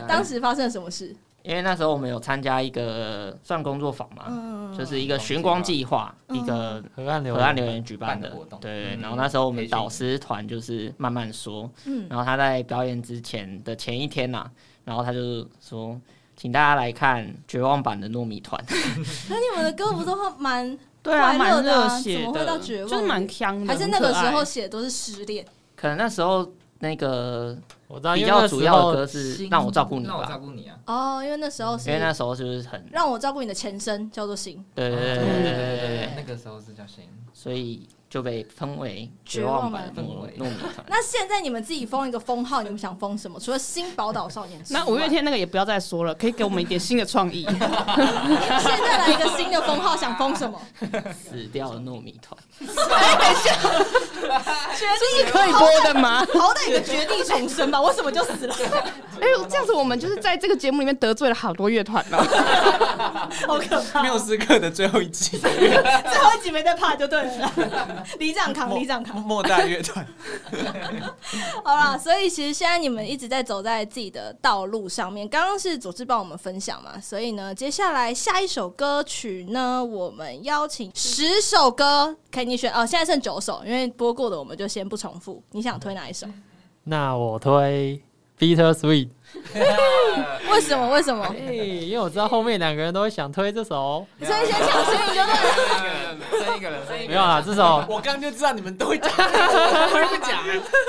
S1: 当时发生了什么事？
S7: 因为那时候我们有参加一个算工作坊嘛，
S1: 嗯，
S7: 啊就是一个寻光计划，一个
S2: 河岸流
S7: 河岸留言举办
S4: 办
S7: 的
S4: 的活动
S7: 对，
S4: 嗯
S7: 然后那时候我们
S4: 培训
S7: 导师团就是慢慢说，
S1: 嗯
S7: 然后他在表演之前的前一天呐、啊然后他就说，请大家来看绝望版的糯米团，
S1: 可你们的歌不都蛮
S5: 对啊，
S1: 快乐
S5: 蛮
S1: 的啊
S5: 热血
S1: 怎么会到
S5: 的，
S1: 绝望
S5: 就是蛮强的，
S1: 还是那个时
S5: 很可
S1: 候
S5: 爱。
S1: 写的都是失恋？
S7: 可能那时候那个
S2: 我知道，
S7: 比
S2: 因为那
S7: 较
S2: 时
S7: 主要
S2: 候
S7: 的歌是让我照顾你
S4: 让我照
S7: 吧，
S4: 顾你啊！
S1: 哦，因为那时候
S7: 因为那
S1: 是
S7: 时候就是很
S1: 让我照顾你的前身叫做心
S7: 对对
S4: 哦
S7: 对对对对对对，
S4: 那个时候是叫谁？
S7: 所以就被分为
S1: 绝
S7: 绝
S1: 望
S7: 望
S1: 版
S7: 版
S4: 的
S7: 的
S4: 糯
S7: 糯
S4: 米
S7: 糯米团。
S1: 那现在你们自己封一个封号，你们想封什么？除了新宝岛少年之外，
S5: 那五月天那个也不要再说了，可以给我们一点新的创意。
S1: 现在来一个新的封号，想封 什么？
S7: 死掉的糯米团，
S1: 绝地
S5: 可以播的吗？
S1: 好歹一个绝地重生吧，为什么就死了？
S5: 哎呦，这样子我们就是在这个节目里面得罪了好多乐团了。
S1: 好可怕！
S6: 缪斯克的最后一集，
S1: 最后一集没在怕就对了。李长扛，李长 扛。
S6: 莫大乐团，
S1: 好啦，所以其实现在你们一直在走在自己的道路上面。刚刚是佐治帮我们分享嘛，所以呢，接下来下一首歌曲呢，我们邀请十首歌，可以你选哦。现在剩九首，因为播过的我们就先不重复。你想推哪一首？
S2: 那我推 Bitter Sweet，
S1: 为什么？为什么？
S2: 哎、因为我知道后面两个人都会想推这首，
S1: 所以先抢先赢就对了。
S4: 剩一个人，剩一
S2: 没有啦，这首
S6: 我刚就知道你们都会讲，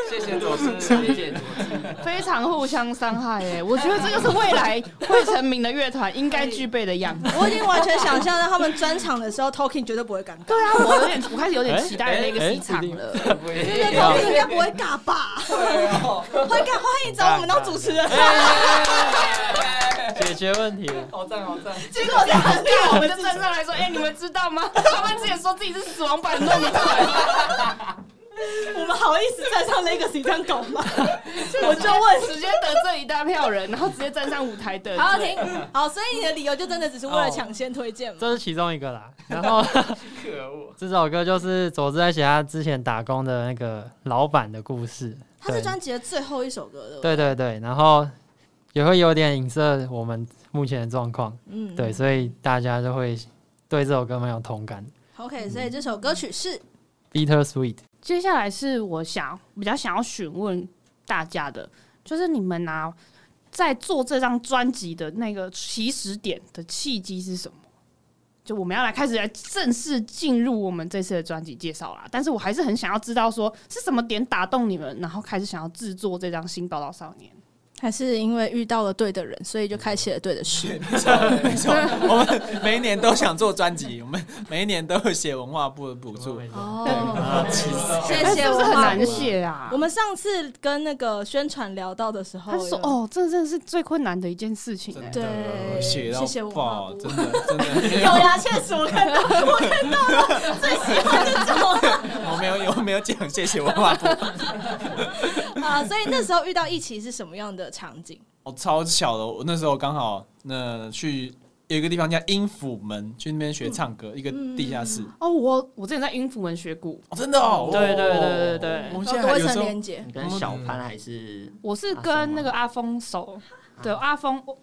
S4: 谢谢佐治，谢谢佐治。
S5: 非常互相伤害哎、 我觉得这个是未来会成名的乐团应该具备的样子。
S1: 我已经完全想象到他们专场的时候，Talking 绝对不会尴尬。
S5: 对啊，我有点，我开始有点期待那个
S2: 哎哎
S5: 戏场了。
S1: 这些东西应该不会尬吧？会尬，欢迎找我们当主持人。哎
S2: 解决问题了。
S4: 好赞好赞！
S1: 结果这样很尬，
S5: 我们就站上来说，哎、你们知道吗？他们之前说自己是死亡版糯米团。
S1: 我们好意思站上 Legacy 这样搞吗？
S5: 我就问，直接得罪一大票人，然后直接站上舞台的。
S1: 好好听，嗯好，所以你的理由就真的只是为了抢先推荐吗？
S2: 这是其中一个啦。然后
S4: 可恶，
S2: 这首歌就是佐治在写他之前打工的那个老板的故事。
S1: 它是
S2: 对
S1: 专辑的最后一首歌的，，
S2: 对对对，然后也会有点影射我们目前的状况，
S1: 嗯
S2: 对，所以大家就会对这首歌蛮有同感。
S1: OK，所以这首歌曲是
S2: Bitter Sweet，
S5: 接下来是我想比较想要询问大家的，就是你们啊，在做这张专辑的那个起始点的契机是什么？就我们要来开始来正式进入我们这次的专辑介绍啦，但是我还是很想要知道说是什么点打动你们，然后开始想要制作这张《新报道少年》。
S1: 还是因为遇到了对的人，所以就开启了对的事。
S6: 没错，我们每一年都想做专辑，我们每一年都有写文化部的补助。啊
S1: 哦，
S6: 气死！
S1: 谢
S5: 哎
S1: 谢
S5: 是不
S1: 我
S5: 是很
S1: 们。
S5: 难写啊
S1: 我？们上次跟那个宣传聊到的时候，
S5: 他就说：“，哦，这真的是最困难的一件事情、
S6: 真
S5: 欸。”
S1: 对
S6: 的写
S1: 谢谢
S6: 到
S1: 文化
S6: 爆，
S1: 部
S6: 真的真的，
S1: 有 牙切齿，我看到，我看到了，最喜欢这种。
S6: 我没有我没有讲谢谢文化部，
S1: 啊、所以那时候遇到一起是什么样的场景？
S6: 我哦超小的，我那时候刚好那去有一个地方叫音府门，去那边学
S1: 嗯
S6: 唱歌，一个地下室。
S5: 哦，我我之前在音符文学过，
S6: 哦，真的哦，
S5: 对对对对对
S6: 我们现在
S1: 多
S6: 还
S1: 一
S6: 有时
S1: 层
S6: 候
S1: 连接
S6: 哦
S7: 你跟小潘还是
S5: 我是
S7: 阿松
S5: 跟
S7: 吗
S5: 那个阿峰熟，对阿峰，我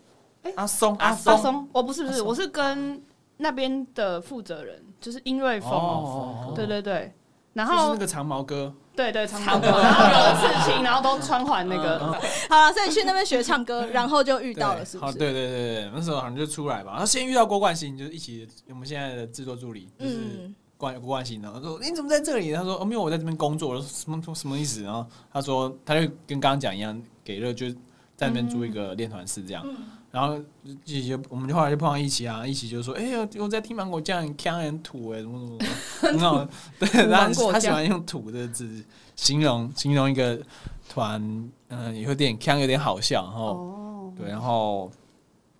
S6: 阿松阿
S5: 阿
S6: 松
S5: 松，哦我不是不是，我是跟那边的负责人，就是殷瑞峰，
S6: 哦
S5: 对对对，然
S6: 就是
S5: 后
S6: 那个长毛哥，
S5: 对对长头发，然后有刺青，然后都穿环那个，
S1: 好了，所以去那边学唱 歌，然后就遇到了，是不
S6: 好，
S1: 是？
S6: 对对对对，那时候好像就出来吧，然后先遇到郭冠希，就是一起我们现在的制作助理，就是
S1: 嗯，
S6: 郭郭冠希，然后说你怎么在这里？他说哦，没有，我在这边工作。我说什么什么意思？然后他说他就跟刚刚讲一样，给了就在那边租一个练团室这样。然后姐姐，我们就后来就碰到一起啊，一起就说，哎、呀，我在听芒果酱，很呛人土哎、怎么怎么怎么，很好，对，然
S5: 芒
S6: 后
S5: 果
S6: 他喜
S5: 酱
S6: 欢用“土”这个字形容形容一个团，嗯、有点呛，有点好笑，然后、
S5: 哦，
S6: 对，然后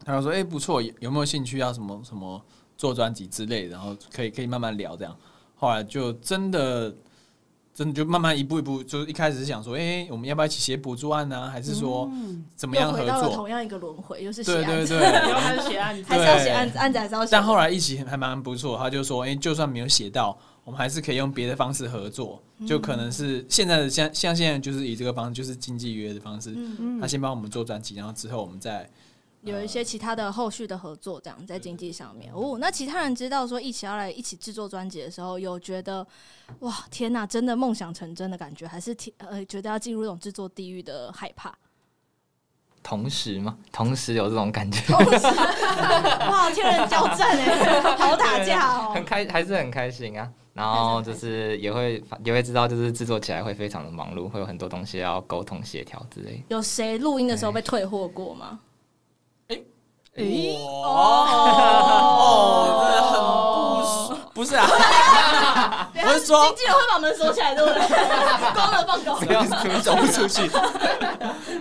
S6: 他就说：“哎、不错，有有没有兴趣啊要什么什么做专辑之类的？然后可以可以慢慢聊这样。”后来就真的真的就慢慢一步一步，就是一开始是想说：“哎、我们要不要一起写补助案呢、还是说怎么样
S1: 又
S6: 合
S1: 回到了
S6: 作
S1: 同样一个轮回，又是？”写啊
S6: 对
S1: 案
S6: 对
S1: 子，
S5: 然
S6: 对。
S5: 后 开始写案 子，
S1: 还是要写案子，案子还是要写。
S6: 但后来一起还蛮不错，他就说：“哎、就算没有写到，我们还是可以用别的方式合作，就可能是现在的像像现在就是以这个方式，就是经纪约的方式，他先帮我们做专辑，然后之后我们再
S1: 嗯有一些其他的后续的合作，这样在经济上面。哦，那其他人知道说一起要来一起制作专辑的时候，有觉得哇天哪，真的梦想成真的感觉，还是挺呃觉得要进入一种制作地狱的害怕。
S4: 同时嘛，同时有这种感觉，
S1: 哇，天人交战 哎、好打架哦、
S4: 很开，还是很开心啊。然后就是也会也会知道，就是制作起来会非常的忙碌，会有很多东西要沟通协调之类的。
S1: 有谁录音的时候被退货过吗？
S5: 诶
S6: 哦，真的很不不是啊，啊我是说
S1: 经纪人会把门锁起来，对不 对？关了放狗。
S6: 不要走不出去。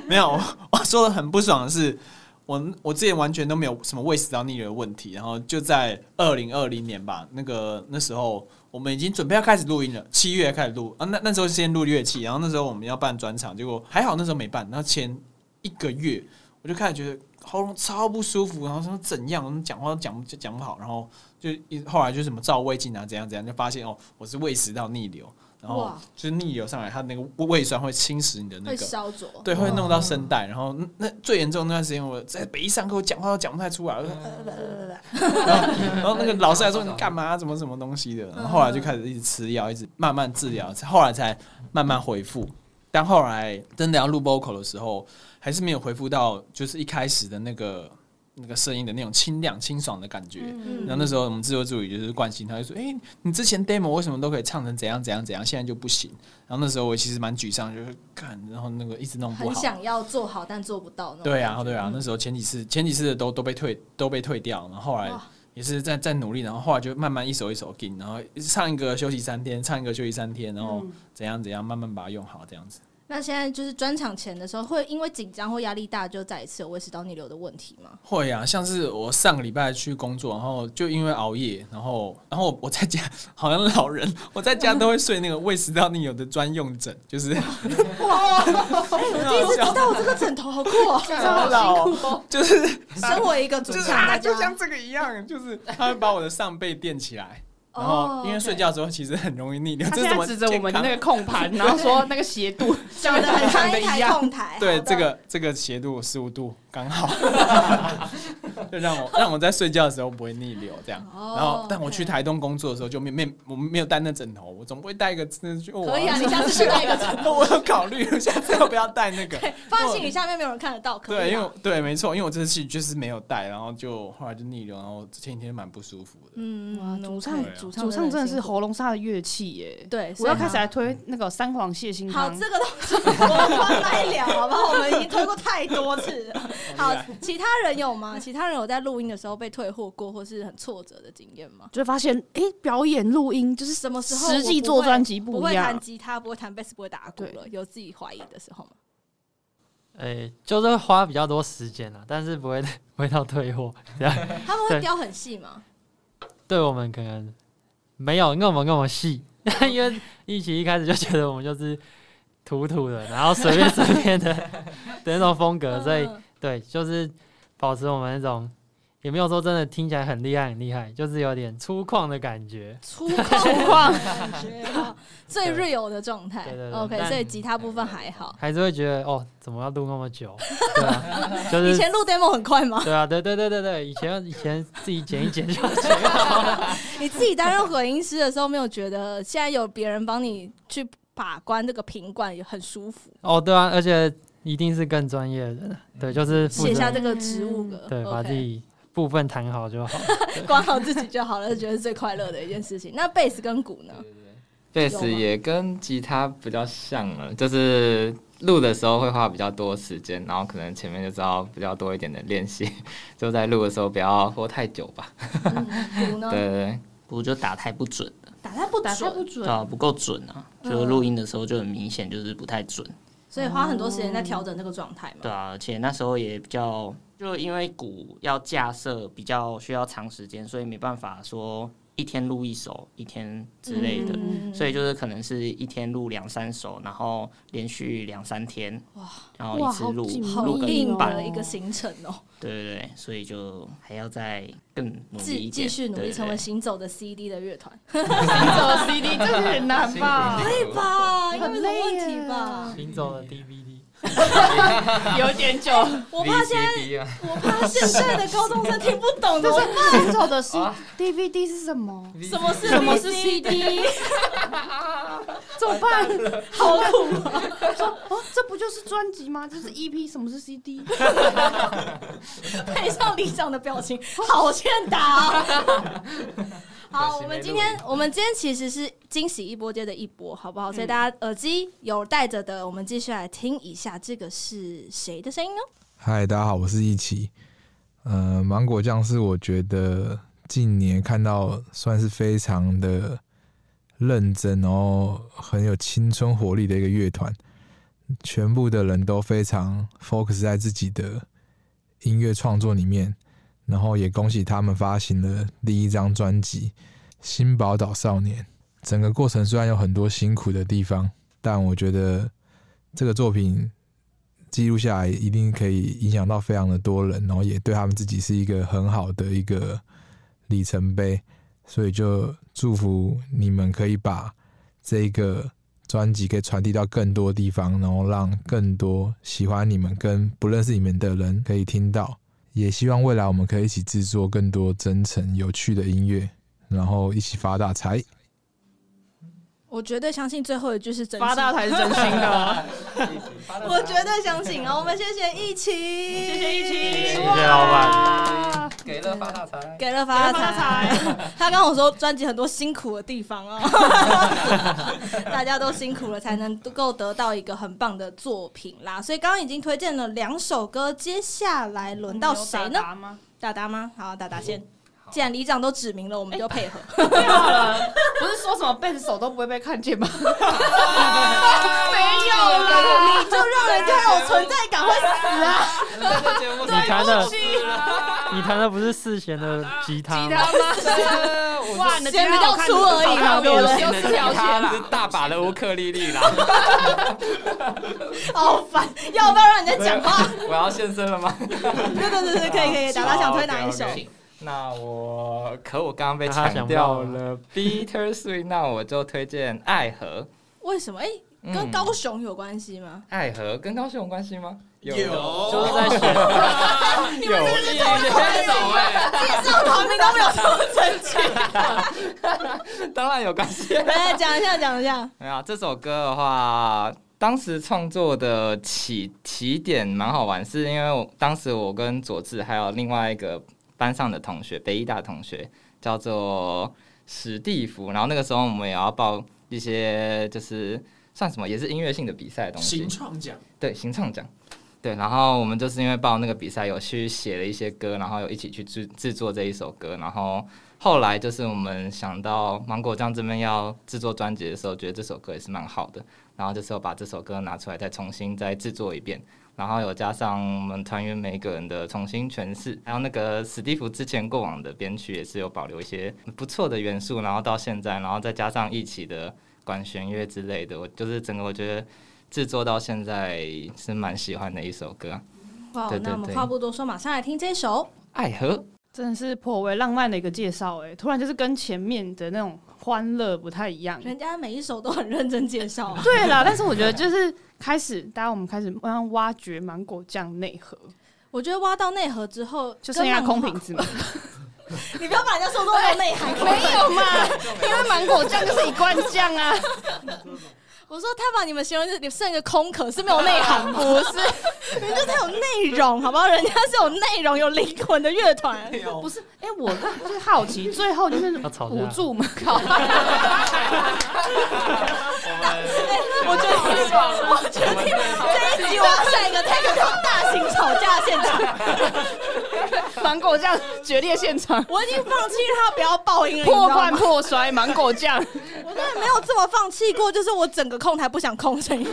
S6: 没有，我说的很不爽的是，我我之前完全都没有什么胃食道逆流的问题，然后就在二零二零年吧，那个那时候我们已经准备要开始录音了，七月开始录啊，那那时候先录乐器，然后那时候我们要办专场，结果还好那时候没办，然后前一个月我就开始觉得喉咙超不舒服，然后说怎样，我们讲话都讲不就讲不好，然后就一后来就什么照胃镜啊，怎样怎样，就发现哦，我是胃食道逆流，然后
S1: 哇
S6: 就是逆流上来，它那个胃酸会侵蚀你的那
S1: 会
S6: 个。
S1: 烧灼，
S6: 对，会弄到声带，然后那那最严重那段时间，我在北医上课，我讲话都讲不太出来，我
S1: 嗯
S6: 说 然后那个老师还说你干嘛，怎么什么东西的，
S1: 嗯
S6: 然后后来就开始一直吃药，一直慢慢治疗，后来才慢慢恢复。但后来真的要录 vocal 的时候，还是没有恢复到就是一开始的那个那个声音的那种清亮清爽的感觉。
S1: 嗯
S6: 然后那时候我们制作助理就是冠希，他就说：“哎、你之前 demo 为什么都可以唱成怎样怎样怎样，现在就不行。”然后那时候我其实蛮沮丧，就是看，然后那个一直弄不
S1: 很
S6: 好。
S1: 想要做好，但做不到那种。
S6: 对啊，对啊，那时候前几次前几次的都都被退都被退掉，然后后来
S1: 哇
S6: 也是在在努力，然后后来就慢慢一首一首
S1: 嗯
S6: 进，然后唱一个休息三天，唱一个休息三天，然后怎样怎样慢慢把它用好这样子。
S1: 那现在就是专场前的时候，会因为紧张或压力大，就再一次有胃食道逆流的问题吗？
S6: 会啊，像是我上个礼拜去工作，然后就因为熬夜，然后然后我在家好像老人，我在家都会睡那个胃食道逆流的专用枕，就是
S1: 我第一次知道我这个枕头好酷哦，
S5: 老
S6: 就是
S1: 身为一个主
S6: 就
S1: 唱，
S6: 是
S1: 大家
S6: 啊，就像这个一样，就是他会把我的上背垫起来，然后因为睡觉的时候其实很容易逆流，
S5: 哦他
S6: 这
S5: 现在
S6: 是怎么
S5: 指着我们
S6: 健康
S5: 那个控盘，然后说那个斜度
S1: 长得很像
S5: 的
S1: 一
S5: 一
S1: 台
S5: 样。
S1: 控台，好
S6: 对
S1: 的
S6: 这个这个斜度十五度刚好， 就让我让我在睡觉的时候不会逆流这样。
S1: 哦
S6: 然后，但我去
S1: OK
S6: 台东工作的时候就没没我没有带那枕头，我总不会带一个真的去。
S1: 可以啊，你下次去 带一个枕头，
S6: 我我有考虑下次要不要带那个。
S1: 放在行李下面，没有人看得到， 可以啊。
S6: 对，因为我对没错，因为我这次去就是没有带，然后就后来就逆流，然后前几天蛮不舒服的。
S5: 哇
S1: 嗯，
S5: 主
S1: 主
S5: 唱
S1: 唱
S6: 对啊
S1: 主唱
S5: 主唱真的是
S1: 辛苦
S5: 喉咙沙的乐器耶。
S1: 对，
S5: 我
S1: 所以
S5: 要开始来推那个三皇谢欣
S1: 好，
S5: 康，
S1: 这个东西我们放来聊，好不好？我们已经推过太多次 了。好，其他人有吗？其他人有在录音的时候被退货过，或是很挫折的经验吗？
S5: 就发现哎、诶表演录音就是
S1: 什么时候
S5: 实际
S1: 我不
S5: 做
S1: 会
S5: 专辑
S1: 不
S5: 一
S1: 会弹
S5: 样，
S1: 吉他，不会弹贝斯，不会打鼓
S5: 对
S1: 了，有自己怀疑的时候吗？
S2: 哎、就是会花比较多时间啦，但是不会 不会到退货。
S1: 他们会
S2: 对
S1: 雕很细吗？
S2: 对我们可能没有那么那么细， 因为一起一开始就觉得我们就是土土的，然后随便随 便的的那种风格，所以
S1: 嗯
S2: 对，就是保持我们那种也没有说真的听起来很厉害很厉害，就是有点粗犷的感觉。
S1: 粗犷感觉啊，最 real 的状态
S2: 对对。对
S1: OK，
S2: 但
S1: 所以吉他部分还好。
S2: 还是会觉得哦，怎么要录那 么久？对啊，就
S1: 以
S2: 是
S1: 前录 demo 很快吗？
S2: 对啊，对对对对对，以前以前自己剪一剪就
S1: 你自己担任混音师的时候，没有觉得现在有别人帮你去把关这个品管也很舒服，
S2: 哦，对啊，而且一定是更专业的人啊，对，就是负
S1: 写
S2: 责
S1: 下这个职务格，
S7: 嗯
S2: 对，把
S1: OK
S2: 自己部分弹好就好。
S1: 管好自己就好了，是觉得是最快乐的一件事情。那贝斯跟鼓呢？
S4: 贝
S1: 有吗
S4: 斯也跟吉他比较像了，就是录的时候会花比较多时间，然后可能前面就知道比较多一点的练习，就在录的时候不要拖太久吧。
S1: 鼓呢
S4: 对？对对，
S7: 我就打太不准了，
S1: 打太不准，
S7: 对啊，不够准啊，
S1: 嗯
S7: 就是录音的时候就很明显就是不太准，
S1: 所以花很多时间在调整这个状态嘛。嗯
S7: 对啊，而且那时候也比较，就因为鼓要架设比较需要长时间，所以没办法说一天录一首，一天之类的。
S1: 嗯
S7: 所以就是可能是一天录两三首，然后连续两三天，然后一次
S5: 哇
S7: 录
S5: 好紧密
S1: 好
S7: 录个一
S1: 硬
S7: 半
S1: 的，一个行程哦，
S7: 对对对，所以就还要再更努力一
S1: 继
S7: 点，
S1: 继续努
S7: 对
S1: 力
S7: 对
S1: 成为
S7: 对
S1: 行走的 CD 的乐 团，
S5: 走 CD 这个很 难吧？
S1: 对吧？应该没
S5: 很
S1: 什么
S5: 累
S1: 问
S5: 耶
S1: 题 吧？
S2: 行走 的 DVD，
S5: 有点久，
S1: 我怕现在，
S4: VCD 啊，
S1: 我怕现在的高中生听不 懂的，
S5: 就
S1: 我
S5: 是很 久
S6: 啊
S5: 的是 DVD 是什么？
S1: 什么是
S5: 什么是
S1: CD？
S5: 怎么 办？
S1: 好苦啊！
S5: 哦，这不就是专辑吗？这是 EP，什么是 CD？
S1: 配上李长的表情，好欠打、哦。 好，我们今天我们今天其实是惊喜一波接着一波，好不好？所以大家耳机有戴着的，我们继续来听一下，这个是谁的声音呢？哦
S8: 嗨，大家好，我是一奇。呃，芒果酱是我觉得近年看到算是非常的认真，然后很有青春活力的一个乐团。全部的人都非常 focus 在自己的音乐创作里面，然后也恭喜他们发行了第一张专辑《新宝岛少年》。整个过程虽然有很多辛苦的地方，但我觉得这个作品记录下来，一定可以影响到非常的多人，然后也对他们自己是一个很好的一个里程碑。所以就祝福你们可以把这个专辑可以传递到更多地方，然后让更多喜欢你们跟不认识你们的人可以听到。也希望未来我们可以一起制作更多真诚、有趣的音乐，然后一起发大财。
S1: 我绝对相信最后一句是真心，哦
S5: 八大才是真心 的，
S1: 我绝对相信啊！我们谢谢一起，谢谢一
S2: 谢
S1: 起
S2: 谢老板。
S4: 给了发大财。
S1: 给了发
S5: 发
S1: 财。 他跟我说专辑很多辛苦的地方 啊，大家都辛苦了才能够得到一个很棒的作品啦。所以刚刚已经推荐了两首歌，接下来轮到谁呢？
S5: 吗？
S1: 达达吗？好，达达先。哎既然里长都指明了，我们就配合。
S5: 太好了，不是说什么笨手都不会被看见吗？ 没有啦，
S1: 你就让人家有存在感会死 啊！
S2: 你弹的，你弹的不是四弦的吉他
S5: 吉
S2: 吗？
S5: 他吗？哇，啊你的吉
S1: 弦比
S5: 他
S1: 较
S5: 我看
S1: 粗
S5: 你
S1: 而已
S5: 好
S1: 嘛
S5: 看
S1: 对不
S5: 我
S1: 对
S5: 有四条线啦
S4: 是大把的乌克丽丽啦。
S1: 好烦，要不要让人家讲话？
S4: 我要现身了吗？
S1: 对对对对，可以可以，大家想推哪一首？
S4: OK，OK 那我可我刚刚被
S2: 那他
S4: 抢
S2: 想
S4: 掉
S2: 不到
S4: 了 Bitter Sweet，那我就推荐爱河。
S1: 为什么？哎，跟
S4: 嗯
S1: 高雄有关系吗？
S4: 爱河跟高雄有关系吗？
S6: 有
S2: 就是在写
S4: 有一点懂哎，
S1: 介绍同名都没有 说成绩。
S4: 当然有关系。
S1: 来讲一下，讲一下。
S4: 没有这首歌的话，当时创作的起起点蛮好玩，是因为我当时我跟佐治还有另外一个班上的同学，北医大同学叫做史蒂夫，然后那个时候我们也要报一些就是算什么，也是音乐性的比赛的东西
S6: 新，创奖，
S4: 对，行唱奖。对，然后我们就是因为报那个比赛，有去写了一些歌，然后有一起去制制作这一首歌，然后后来就是我们想到芒果酱这边要制作专辑的时候，觉得这首歌也是蛮好的，然后就是有把这首歌拿出来再重新再制作一遍，然后有加上我们团员每个人的重新诠释，还有那个史蒂夫之前过往的编曲也是有保留一些不错的元素，然后到现在，然后再加上一起的管弦乐之类的，我就是整个我觉得。制作到现在是蛮喜欢的一首歌，《
S1: 哇
S4: 对，对
S1: 那我们
S4: 对
S1: 话不多说，马上来听这首。
S4: 爱河》。
S5: 真的是颇为浪漫的一个介绍哎，突然就是跟前面的那种欢乐不太一样。
S1: 人家每一首都很认真介绍、啊。
S5: 对啦，但是我觉得就是开始，大家我们开始慢慢挖掘芒果酱内核，
S1: 我觉得挖到内核之后，
S5: 就
S1: 跟
S5: 剩下
S1: 漫画
S5: 空瓶，子嘛。
S1: 你不要把人家说多有内涵。 没有，
S5: 嘛，因为芒果酱就是一罐酱啊。
S1: 我说他把你们形容就是剩一个空壳，是没有内涵，不 是？人家才有内容，好不好？人家是有内容、有灵魂的乐团。
S5: 不是，哎、我就是好奇，最后就是
S2: 要吵架
S5: 补助嘛，
S1: 我觉得，我决定这一集我要选一个 t a k 大型吵架现场。
S5: 芒果酱决裂现场，
S1: 我已经放弃让他不要爆音了，你知
S5: 破
S1: 道
S5: 罐
S1: 吗？
S5: 破摔，芒果 酱。
S1: 我真的没有这么放弃过，就是我整个控台不想控声音，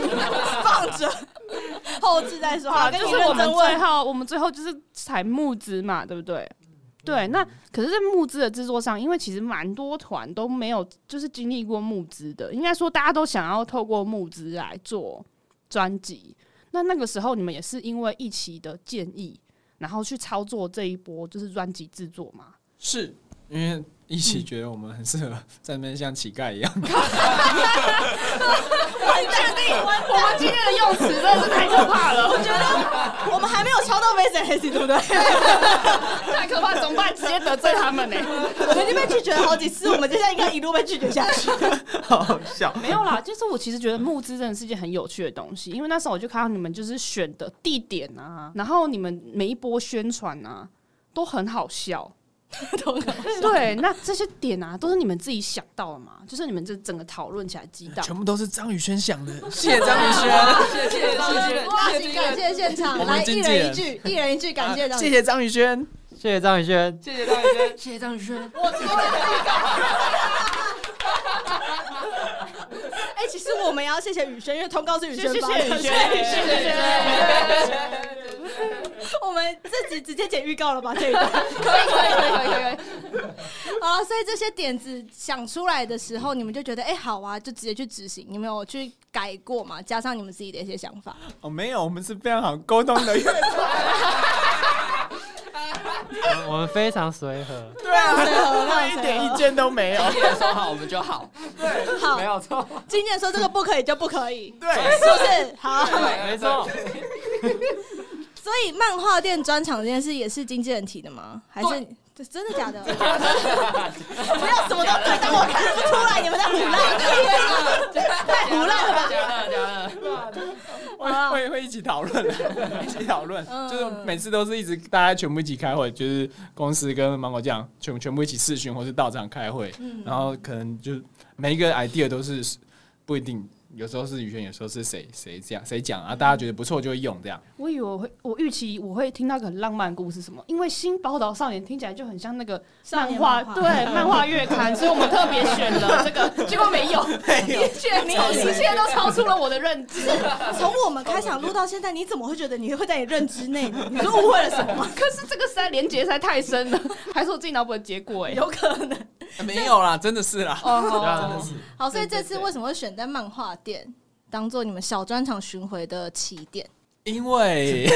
S1: 放着后置再说。好，跟
S5: 就
S1: 你
S5: 是我
S1: 认
S5: 们
S1: 真
S5: 最嗯
S1: 问。
S5: 后，我们最后就是采募资嘛，对不对？对，那可是，在募资的制作上，因为其实蛮多团都没有就是经历过募资的，应该说大家都想要透过募资来做专辑。那那个时候，你们也是因为一起的建议，然后去操作这一波就是专辑制作嘛？
S6: 是因为一起觉得我们很适合在那边像乞丐一样。
S1: 嗯
S5: 我们 今天的用词真的是太可怕了，
S1: 我觉得我们还没有敲到 v i s o n Hazy，对不对？
S5: 太可怕，怎么办？直接得罪他们呢、
S1: 我们已经被拒绝了好几次，我们接下来应该一路被拒绝下去。
S5: 没有啦，就是我其实觉得募资真的是一件很有趣的东西，因为那时候我就看到你们就是选的地点啊，然后你们每一波宣传啊都很好 笑。对，那这些点啊，都是你们自己想到的嘛？就是你们这整个讨论起来激荡，
S6: 全部都是张宇轩想的，谢谢张宇轩，
S4: 谢谢
S1: 哇，请感谢现场，
S6: 我
S1: 来
S6: 们
S1: 一
S6: 经纪人
S1: 人一句，一人一句，感谢
S6: 啊
S1: 张
S6: 谢谢张宇轩，
S2: 谢谢张宇轩，
S4: 谢谢大家。
S1: 哎，其实我们也要谢谢宇轩，因为通告是宇轩发的。
S5: 谢谢宇轩
S1: 对
S5: 谢谢宇轩
S1: 我们自己直接剪预告了吧？这一段可以，可以，可以，可以，可以。啊，所以这些点子想出来的时候，你们就觉得，哎、好啊，就直接去执行。你们有去改过吗？加上你们自己的一些想法。
S6: 哦，没有，我们是非常好沟通的乐团，
S2: 我我们非常随和。
S1: 对啊，随和， 那
S6: 一点意见都没有。
S4: 说好我们就好，
S1: 好
S4: 没。有错。
S1: 今天说这个不可以就不可以，
S6: 对，
S1: 是不是？好。
S2: 没错，
S1: 所以漫画店专场这件事也是经纪人提的吗？还是这 真的假的？不要什么都对，但我看不出来你们在胡乱，太胡乱了吧？
S6: 会
S1: 好
S6: 会会一起讨论的，一起讨论，
S1: 嗯
S6: 就是每次都是一直大家全部一起开会，就是公司跟芒果酱全部全部一起视
S1: 嗯
S6: 讯或是到场开会，然后可能就每一个 idea 都是不一定有时候是宇轩，有时候是谁谁这样谁讲啊，大家觉得不错就会用这样。
S5: 我以为我会，我预期我会听到个很浪漫的故事什么，因为《新宝岛少年》听起来就很像那个
S1: 少
S5: 漫
S1: 年
S5: 画，
S1: 漫
S5: 对漫画月 刊，所以我们特别选了这个，结果 没有， 一切一切都超出了我的认知。
S1: 从我们开场录到现在，你怎么会觉得你会在你认知内？你是误会了什么 吗？
S5: 可是这个实在连接实在太深了，还是我自己脑补的结果哎、
S1: 有可能。
S6: 没有啦，真的是啦，
S5: 哦，
S1: 好，所以这次为什么会选在漫画店当做你们小专场巡回的起点？
S6: 因为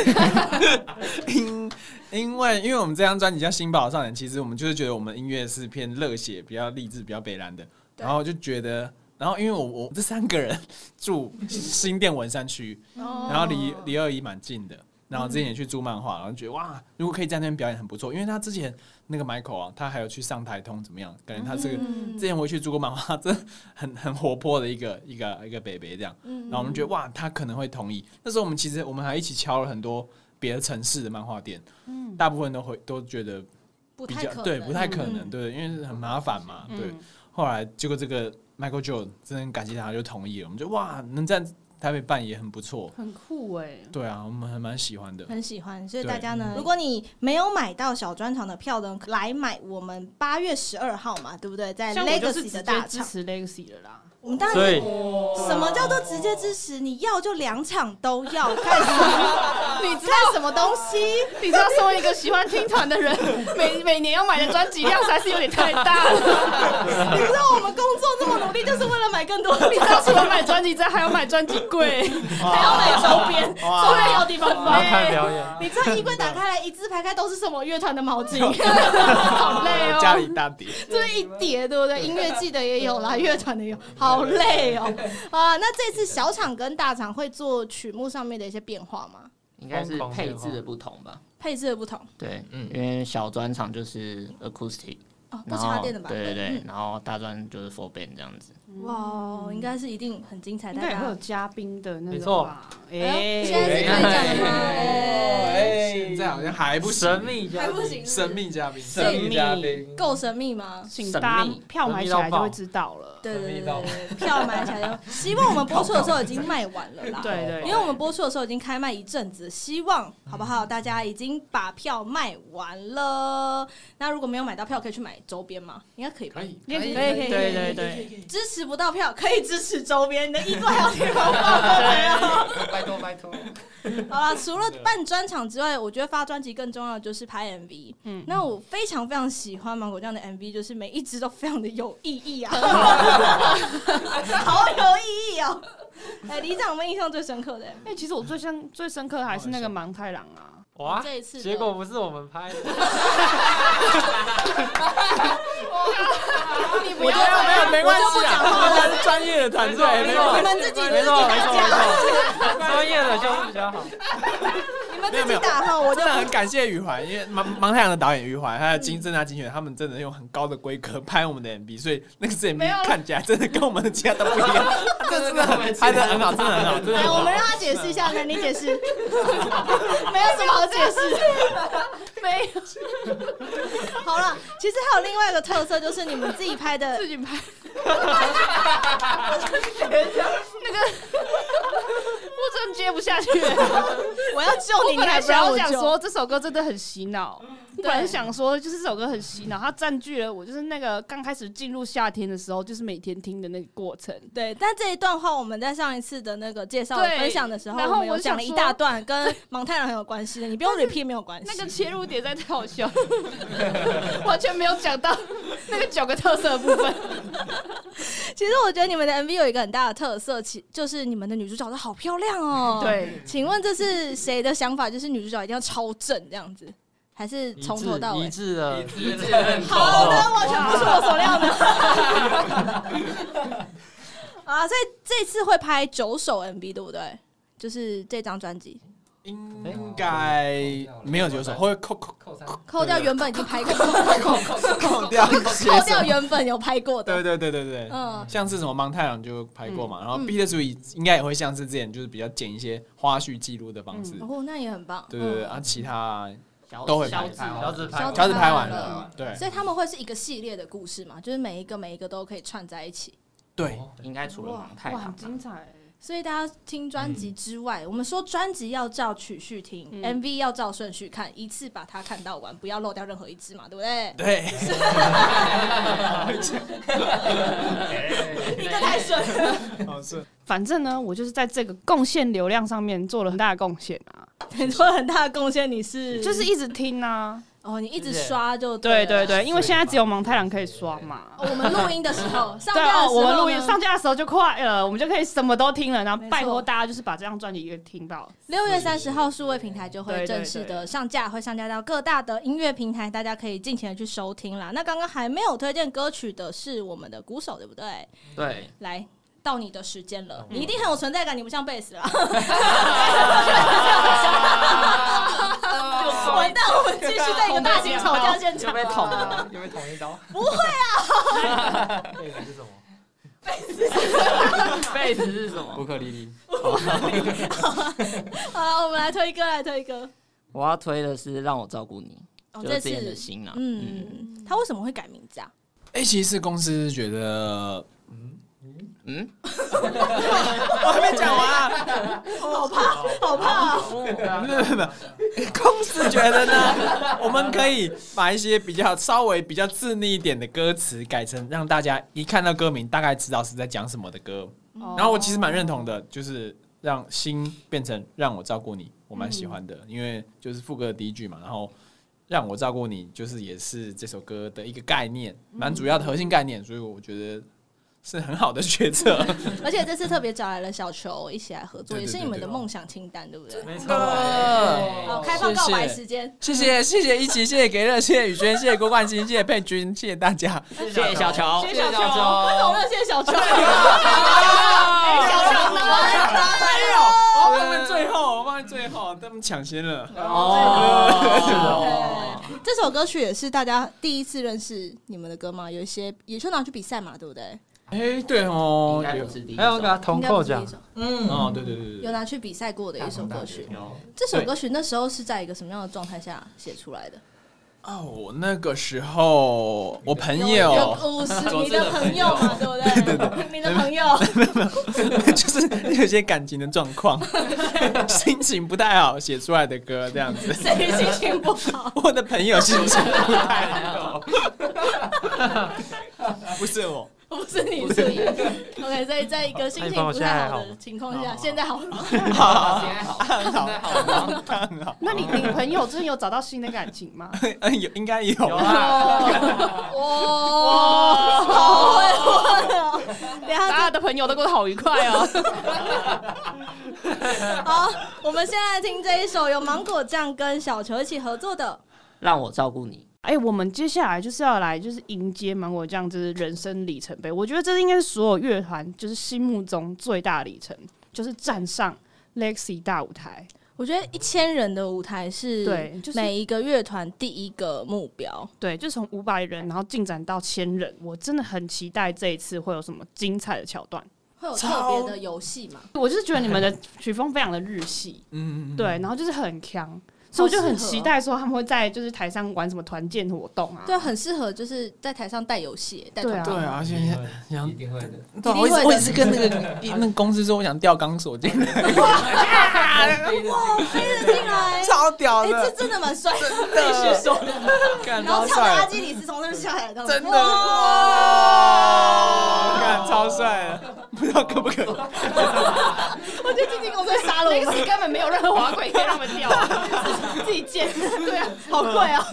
S6: 因因为因为我们这张专辑叫《新宝少年》，其实我们就是觉得我们音乐是偏热血、比较励志、比较北蓝的，
S1: 对
S6: 然后就觉得。然后，因为我我这三个人住新店文山区，然后离
S1: 哦
S6: 离二一蛮近的。然后之前也去租漫画，然后觉得哇，如果可以在那边表演很不错，因为他之前那个 Michael 啊，他还有去上台通怎么样？感觉他这个、
S1: 嗯
S6: 之前我也去租过漫画，真的很很活泼的一个一个一个北北这样。
S1: 嗯
S6: 然后我们觉得哇，他可能会同意。那时候我们其实我们还一起敲了很多别的城市的漫画店，大部分都会都觉得
S1: 嗯不
S6: 比
S1: 太
S6: 较
S1: 可能，
S6: 对不太可能，
S1: 嗯
S6: 对，因为很麻烦嘛，
S5: 嗯
S6: 对。后来结果这个 Michael j o e 真的很感谢他，就同意了。我们就哇，能在台北办也很不错，
S5: 很酷哎、
S6: 对啊，我们还蛮喜欢的。
S1: 很喜欢，所以
S6: 对嗯
S1: 大家呢，如果你没有买到小专场的票呢，来买我们八月十二号嘛，对不对？在
S5: 像我就是
S1: 哎 Legacy
S5: 直
S1: 的
S5: 接
S1: 大
S5: 支
S1: 场，
S5: 持 Legacy 的啦。
S1: 我们当然
S2: 所以
S1: 什么叫做直接支持？你要就两场都要，干什么？ 你干什么东 西？
S5: 你知道，身为一个喜欢听团的人， 每每年要买的专辑量实在是有点太大 了。
S1: 你知道我们工作这么努力，就是为了买 更多的
S5: 你知道，除了买专辑之外，还要买专辑柜，还要买周边，周边有地方
S2: 然后看
S5: 放。
S2: 表演，
S1: 你这衣柜打开来，一字排开都是什么乐团的毛巾，
S5: 好累哦
S6: 家里大碟，
S1: 这一叠，对不对？音乐季的也有啦，乐团的也有，好累哦。啊，那这次小场跟大场会做曲目上面的一些变化吗？
S7: 应该是配置的不同吧？
S1: 配置的不同
S7: 对，
S4: 嗯
S7: 因为小专场就是 acoustic，
S1: 哦，不
S7: 然
S1: 插
S7: 后
S1: 电的版本，
S7: 对对对
S1: 嗯，
S7: 然后大专就是 for band 这样子。
S1: 哇哦，应该是一定很精彩，
S5: 应
S1: 大
S5: 该也会有
S1: 家。
S5: 嘉宾的那
S2: 没
S5: 种
S2: 错
S5: 吧。
S1: 哎
S5: 哎
S1: 呦，现在 是可以讲的吗？哎
S6: 现在好像还不行
S2: 神秘嘉
S1: 还
S2: 宾
S1: 不行，
S6: 神秘嘉宾，
S1: 神秘
S6: 嘉宾，
S1: 够神秘吗？
S5: 请大
S7: 神
S5: 家
S7: 秘
S5: 票买起来就会知道了。
S1: 对对对
S4: 神秘到
S1: 对，对票买起来就，希望我们播出的时候已经卖完 了啦。
S5: 对对，
S1: 因为我们播出的时候已经开卖一阵子，希望好不好？大家已经把票卖完了。那如果没有买到票，可以去买周边吗？应该可以吧？
S6: 以
S5: 可以
S1: 可以
S5: 对对对，
S1: 支持不到票，可以支持周边你的衣柜还有地方放。
S4: 拜托拜托，
S1: 哦好啦，除了办专场之外，我觉得发专辑更重要的就是拍 MV。嗯
S5: 嗯，
S1: 那我非常非常喜欢芒果酱的 MV，就是每一支都非常的有意义啊，好有意义哦。哎，李长，我们印象最深刻的
S5: 哎，其实我最深最深刻的还是那个芒太郎啊，
S2: 哇，
S1: 这一次的
S2: 结果不是我们拍的，
S5: 你不
S6: 我觉得没有没关系啊， 他们是专业的团队，没有
S1: 你们自己自
S2: 没
S1: 己
S2: 错没
S1: 打
S2: 错
S1: 架。
S2: 没错， 专业的就是比较好。
S1: 你们自
S6: 没有没
S1: 己
S6: 有
S1: 打哈，我就
S6: 真的很感谢余淮，因为芒芒太阳的导演余淮，还有金正啊金选，他们真的用很高的规格拍我们的 MV，所以那个
S5: 没有
S6: MV
S5: 啦
S6: 看起来真的跟我们的其他都不一样， 这真的很拍的很好，真的很好，
S5: 啊
S6: 真的
S1: 来，
S6: 很
S1: 我
S6: 好
S1: 们。让他解释一下，那你解 释，没有什么好解 释，没有。好了，其实还有另外一个特色，就是你们自己拍的
S5: 自己 拍。那个，我真的接不下去。
S1: 我要救
S5: 我
S1: 你，
S5: 本
S1: 你还
S5: 来
S1: 不
S5: 想
S1: 让
S5: 要
S1: 我
S5: 想
S1: 救
S5: 说这首歌真的很洗脑，我本来想说就是这首歌很洗脑，它占据了我就是那个刚开始进入夏天的时候，就是每天听的那个过程。
S1: 对，但这一段话我们在上一次的那个介绍
S5: 对
S1: 分享的时候，
S5: 然
S1: 我
S5: 后
S1: 们有
S5: 我就
S1: 讲
S5: 想
S1: 了一
S5: 说
S1: 大段跟芒太郎很有关系的，你不用 repeat 没有关系。
S5: 那个切入点实在太好笑，完全没有讲到那个九个特色的部 分。
S1: 其实我觉得你们的 MV 有一个很大的特色，其就是你们的女主角都好漂亮哦。，
S5: 对，
S1: 请问这是谁的想法？就是女主角一定要超正这样子，还是从头到
S2: 一
S1: 尾？
S2: 致的，
S1: 好的，完全不是我所料的。啊，所以这次会拍九首 MV，对不对？就是这张专辑，
S6: 应该没有九首，会扣扣扣
S1: 扣掉原本已经拍 过，
S6: 扣掉一些
S1: 扣
S6: 什
S1: 掉
S6: 么。
S1: 原本有拍过
S6: 对
S1: 的。
S6: 对对对对，
S1: 嗯，
S6: 像是什么芒太郎就拍过嘛，然后 B 的主语应该也会像是之前就是比较剪一些花絮记录的方式，
S1: 哦，那也很棒。
S6: 对对对，
S1: 嗯
S6: 啊，其他
S7: 小
S6: 都会
S7: 小
S6: 拍
S7: 指
S2: 小指拍
S1: 小
S2: 完，
S1: 指
S6: 小指拍完
S1: 拍完了
S6: 了，对，
S1: 所以他们会是一个系列的故事嘛，就是每一个每一个都可以串在一起。
S6: 对，
S7: 应该除了
S5: 哇
S7: 芒太
S5: 哇，
S7: 郎
S5: 很
S7: 吧，
S5: 精彩。
S1: 所以大家听专辑之外，我们说专辑要照曲序听、
S5: 嗯
S1: m v 要照顺序看，一次把它看到完，不要漏掉任何一支嘛，对不对？
S6: 对，
S5: 你这太顺了。
S6: 好是
S5: 反正呢，我就是在这个贡献流量上面做了很大的贡献啊，
S1: 很多很大的贡献，你是
S5: 就是一直听啊。
S1: 哦，你一直刷就
S5: 对
S1: 对
S5: 对
S1: 了
S6: 啊
S5: 对，因为现在只有芒太郎可以刷嘛。
S1: 哦我们录音的时 候，上
S5: 对
S1: 架
S5: 哦，
S1: 的时候
S5: 我
S1: 呢
S5: 们录音上架的时候就快呃了，我们就可以什么都听了，然后
S1: 没错
S5: 拜托大家就是把这张专辑也听到。
S1: 六月三十号，数位平台就
S5: 对
S1: 会
S5: 对
S1: 正式
S5: 对
S1: 的上架，会上架到各大的音乐平台，大家可以尽情的去收听啦。那刚刚还没有推荐歌曲的是我们的鼓手，对不对？
S7: 对，
S1: 来，到你的时间
S7: 嗯
S1: 了，你一定很有存在感，你不像贝斯啊 啦。 完蛋，我们继续在一个大型吵架现场。
S7: 被捅了，
S4: 又被捅一刀。
S2: 贝斯是什么？
S7: 贝斯是什么
S4: 乌？克丽丽，
S1: 好了，我们来推歌，来推歌。
S7: 我要推的是《让我照顾你
S1: 哦》，，
S7: 就是
S1: 这
S7: 之前的
S1: 次，
S7: 心啊，嗯
S1: 嗯，他为什么会改名字啊？
S6: 哎，其实公司觉得
S7: 嗯，
S6: 我还没讲完，啊
S7: 哦
S1: 好怕哦，
S6: 不是不是不是，公司觉得呢，我们可以把一些比较稍微比较自虐一点的歌词改成让大家一看到歌名大概知道是在讲什么的歌。
S5: 哦
S6: 然后我其实蛮认同的，就是让心变成让我照顾你，我蛮喜欢的，因为就是副歌的第一句嘛，然后让我照顾你，就是也是这首歌的一个概念，蛮主要的核心概念，所以我觉得是很好的 决策。
S1: 而且这次特别找来了小球一起来合作，
S6: 对对
S1: 也是你们的
S6: 对哦对
S1: 梦想清单，对不对？
S2: 没错，
S1: 好，开放告白时间。
S6: 谢谢谢谢一奇，谢谢给乐，谢谢宇轩，谢谢郭冠希，谢谢佩君，谢谢大家。
S7: 谢谢小乔，
S5: 谢谢
S1: 球，
S5: 小
S1: 为什么要谢谢小球？
S5: 哎小乔呢？
S6: 没有，我放在最后，我放在最后，他们抢先了。哦
S7: 哦，
S1: 对，这首歌曲也是大家第一次认识你们的歌吗？有一些也就拿去比赛嘛，对不对？
S6: 哎，对
S7: 应
S6: 哦，
S7: 该
S6: 有
S7: 不，是第一
S2: 还有
S7: 首
S2: 那个啊铜
S1: 应该不
S2: 扣
S1: 是第
S2: 奖
S1: 一，首，
S6: 哦，对对对
S1: 有
S6: 对，
S1: 拿去比赛过的一首歌曲。
S7: 有
S1: 这首歌曲那时候是在一个什么样的状态下写出来的？
S6: 哦，我那个时候我朋
S1: 有
S6: 友
S1: 五十，你的朋友嘛，对不对？你的朋友，
S6: 就是有些感情的状况， 心情不太好，写出来的歌这样子。
S1: 谁心情不好？
S6: 我的朋友心情不太好，不是我，
S1: 不是你，是你。OK，所以 在一个心情不太好哦的情况下，现在好 了。
S5: 哦
S6: 好，
S7: 现在好
S6: 很好，
S7: 好
S6: 很好，
S5: 那你你朋友真的有找到新的感情 吗？
S6: 嗯，有应该有，
S7: 有啊，
S5: 哦
S1: 哇，好会问哦！等一
S5: 大
S1: 下
S5: 家的朋友都过得好愉快 哦。
S1: 这，好，我们现在听这一首由芒果酱跟小球一起合作的。
S7: 让我照顾你，
S5: 哎、我们接下来就是要来，就是迎接芒果酱，就是人生里程碑。我觉得这应该是所有乐团就是心目中最大的里程，就是站上 Lexi 大舞台。
S1: 我觉得一千人的舞台是
S5: 对就是
S1: 每一个乐团第一个目标。
S5: 对，就从五百人，然后进展到千人，我真的很期待这一次会有什么精彩的桥段。
S1: 会有特别的游戏嘛？
S5: 我就是觉得你们 的曲风非常的日系，
S6: 嗯，嗯，
S5: 对，然后就是很强，所以我就很
S1: 适合
S5: 期待说他们会在就是台上玩什么团建活动啊。
S1: 对，很适合就是在台上带游戏，带团
S5: 对啊
S6: 对啊，而且想
S4: 一定会的。
S6: 对啊，
S1: 一定
S6: 我
S1: 会
S6: 一直
S1: 的
S6: 我也是跟那个一那个公司说，我想调钢索进来，
S5: 啊
S1: 哇，飞了进来，
S6: 超屌
S1: 哎，这
S6: 的，
S1: 真的蛮帅的，
S6: 必须说，干
S1: 然后
S6: 超
S1: 唱的阿
S6: 帅，
S1: 基里斯从那边下来的，
S6: 真的，
S1: 哇
S6: 哇，干超帅的，不知道可不可以？
S1: 我觉得经纪
S5: 啊
S1: 公司会杀了我
S5: 根本没有任何滑轨可以让我们跳，啊
S1: 们，自己贱， 对啊，好贵啊，